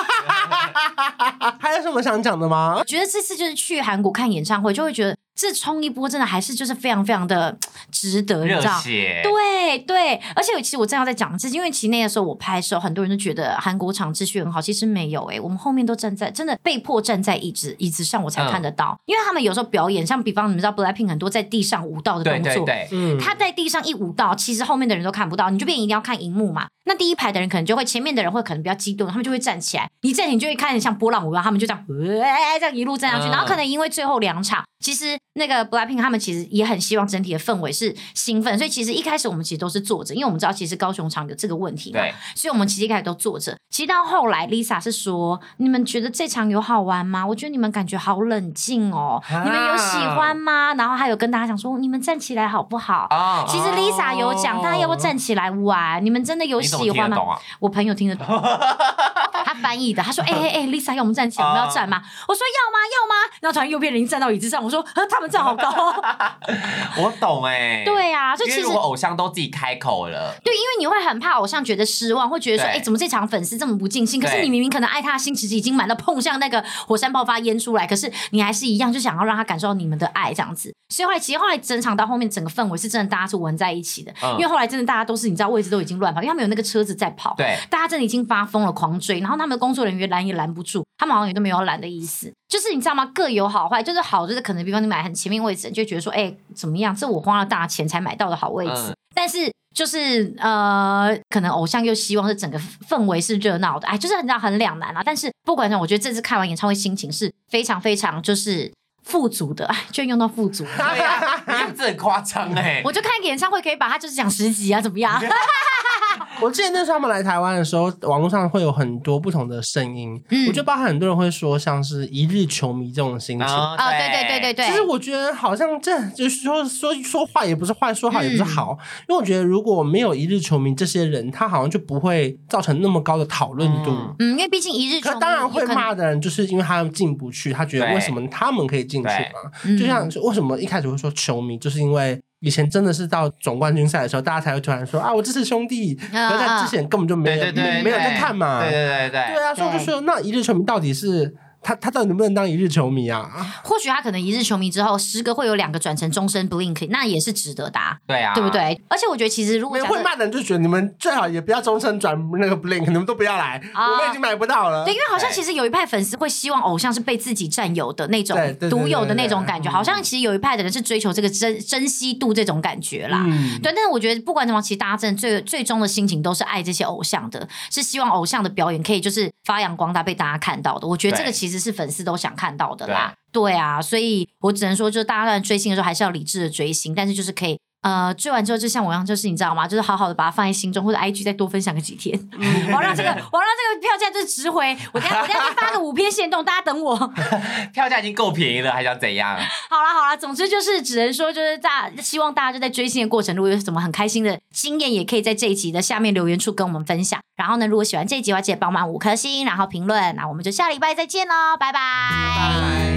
Speaker 3: 啊还有什么想讲的吗
Speaker 4: 我？觉得这次就是去韩国看演唱会，就会觉得这冲一波真的还是就是非常非常的值得，你
Speaker 1: 热
Speaker 4: 知道。
Speaker 1: 血，
Speaker 4: 对对，而且其实我正要在讲这，因为其实那个时候我拍的时候，很多人都觉得韩国场秩序很好，其实没有诶、我们后面都站在真的被迫站在椅子椅子上，我才
Speaker 1: 嗯
Speaker 4: 看得到，因为他们有时候表演，像比方你们知道 BLACKPINK 很多在地上舞蹈的
Speaker 1: 对
Speaker 4: 动
Speaker 1: 对
Speaker 4: 作，
Speaker 1: 对，
Speaker 3: 嗯，
Speaker 4: 他在地上一舞蹈，其实后面的人都看不到，你就变一定要看荧幕嘛。那第一排的人可能就会，前面的人会可能比较激动，他们就会站起来。你 嗯站起来你就会看像波浪舞一样，他们就这样，哎、这样一路站上去。
Speaker 1: 嗯
Speaker 4: 然后可能因为最后两场，其实那个 Blackpink 他们其实也很希望整体的氛围是兴奋，所以其实一开始我们其实都是坐着，因为我们知道其实高雄场有这个问题嘛，
Speaker 1: 对，
Speaker 4: 所以我们其实一开始都坐着。其实到后来，Lisa 是说：“你们觉得这场有好玩吗？我觉得你们感觉好冷静哦，
Speaker 1: 啊
Speaker 4: 你们有喜欢吗？”然后还有跟大家讲说：“你们站起来好不好？”
Speaker 1: 啊
Speaker 4: 其实 Lisa 有讲，大家要不要站起来玩？你们真的有
Speaker 1: 哦你怎么
Speaker 4: 喜
Speaker 1: 听
Speaker 4: 欢
Speaker 1: 得
Speaker 4: 吗？
Speaker 1: 懂啊？
Speaker 4: 我朋友 听得懂，他翻译的。他说：“哎哎哎，Lisa，要我们站起来，我们要站
Speaker 1: 啊
Speaker 4: 吗？”我说：“要吗？要吗？”然后突然右边人站到椅子上，我说：“ 啊，他们站好 高哦。
Speaker 1: 我懂哎、”
Speaker 4: 对啊，就
Speaker 1: 因
Speaker 4: 其
Speaker 1: 为
Speaker 4: 实
Speaker 1: 如果偶像都自己开口了，
Speaker 4: 对，因为你会很怕偶像觉得失望，会觉得说，
Speaker 1: 对
Speaker 4: 哎，怎么这场粉丝这么不尽兴？可是
Speaker 1: 对
Speaker 4: 你明明可能爱他的心，其实已经满到碰向那个火山爆发淹出来，可是你还是一样就想要让他感受到你们的爱这样子。所以后来其实后来整场到后面整个氛围是真的大家是玩在一起的，
Speaker 1: 嗯
Speaker 4: 因为后来真的大家都是你知道位置都已经乱跑，因为他们有那个车子在跑。
Speaker 1: 对，
Speaker 4: 大家真的已经发疯了，狂追，然后他们的工作人员拦也拦不住，他们好像也都没有要拦的意思。就是你知道吗？各有好坏，就是好就是可能，比方你买很前面位置，你就觉得说，哎、怎么样？这我花了大钱才买到的好位置。
Speaker 1: 嗯
Speaker 4: 但是就是呃，可能偶像又希望是整个氛围是热闹的，哎，就是很让很两难啊。但是不管怎样，我觉得这次看完演唱会心情是非常非常就是富足的，哎，居然用到富 足。
Speaker 1: 对呀、你看这很夸张哎，
Speaker 4: 我就看一个演唱会，可以把它就是讲十集啊，怎么样？
Speaker 3: 我记得那时候他们来台湾的时候，网络上会有很多不同的声音，
Speaker 4: 嗯
Speaker 3: 我觉得包含很多人会说像是一日球迷这种心情。
Speaker 1: 啊
Speaker 4: 啊、对对对对对，
Speaker 3: 哦其实我觉得好像这就是说说说话也不是坏，说好也不是
Speaker 4: 嗯
Speaker 3: 好，因为我觉得如果没有一日球迷这些人，他好像就不会造成那么高的讨论度。
Speaker 1: 嗯
Speaker 4: 嗯，因为毕竟一日
Speaker 3: 可
Speaker 4: 中
Speaker 3: 当然会骂的人，就是因为他们进不去，他觉得
Speaker 1: 对
Speaker 3: 为什么他们可以进去嘛？
Speaker 4: 嗯
Speaker 3: 就像是为什么一开始会说球迷，就是因为以前真的是到总冠军赛的时候，大家才会突然说啊，我支持兄弟。
Speaker 4: 啊
Speaker 3: 可是在之前根本就
Speaker 1: 对
Speaker 3: 没有
Speaker 1: 对对对，
Speaker 3: 没有在看嘛。
Speaker 1: 对对对对
Speaker 3: 对啊，所以我就说，那一日球迷到底是他他到底能不能当一日球迷啊？
Speaker 4: 嗯或许他可能一日球迷之后，十个会有两个转成终身 blink，那也是值得的、啊，
Speaker 1: 对啊，
Speaker 4: 对不？对？而且我觉得其实如果
Speaker 3: 没有
Speaker 4: 假
Speaker 3: 会
Speaker 4: 设
Speaker 3: 骂的人就觉得你们最好也不要终身转那个 blink，你们都不要来，
Speaker 4: 啊
Speaker 3: 我们已经买不到了
Speaker 4: 对，。因为好像
Speaker 1: 对
Speaker 4: 其实有一派粉丝会希望偶像是被自己占有的那种
Speaker 3: 对对对
Speaker 4: 独有的
Speaker 3: 对对
Speaker 4: 那种
Speaker 3: 对
Speaker 4: 感觉，
Speaker 3: 嗯
Speaker 4: 好像其实有一派的人是追求这个珍珍惜度这种感觉啦。
Speaker 3: 嗯，
Speaker 4: 对，但是我觉得不管怎么样，其实大家真的最最终的心情都是爱这些偶像的，是希望偶像的表演可以就是发扬光大，被大家看到的。我觉得这个
Speaker 1: 对
Speaker 4: 其实是粉丝都想看到的啦。对啊，所以我只能说，就是大家在追星的时候还是要理智的追星，但是就是可以。呃，追完之后就像我一样，就是你知道吗？就是好好的把它放在心中，或者 IG 再多分享个几天。 我要让这个，我要让这个票价就是值回。我等一下我等一下去发个五篇限动，大家等我。
Speaker 1: 票价已经够便宜了，还想怎样？
Speaker 4: 好啦好啦，总之就是只能说，就是大希望大家就在追星的过程，如果有什么很开心的经验，也可以在这一集的下面留言处跟我们分享。然后呢，嗯如果喜欢这一集的话，记得帮忙五颗星，然后评论。那我们就下礼拜再见喽，拜拜
Speaker 3: 拜。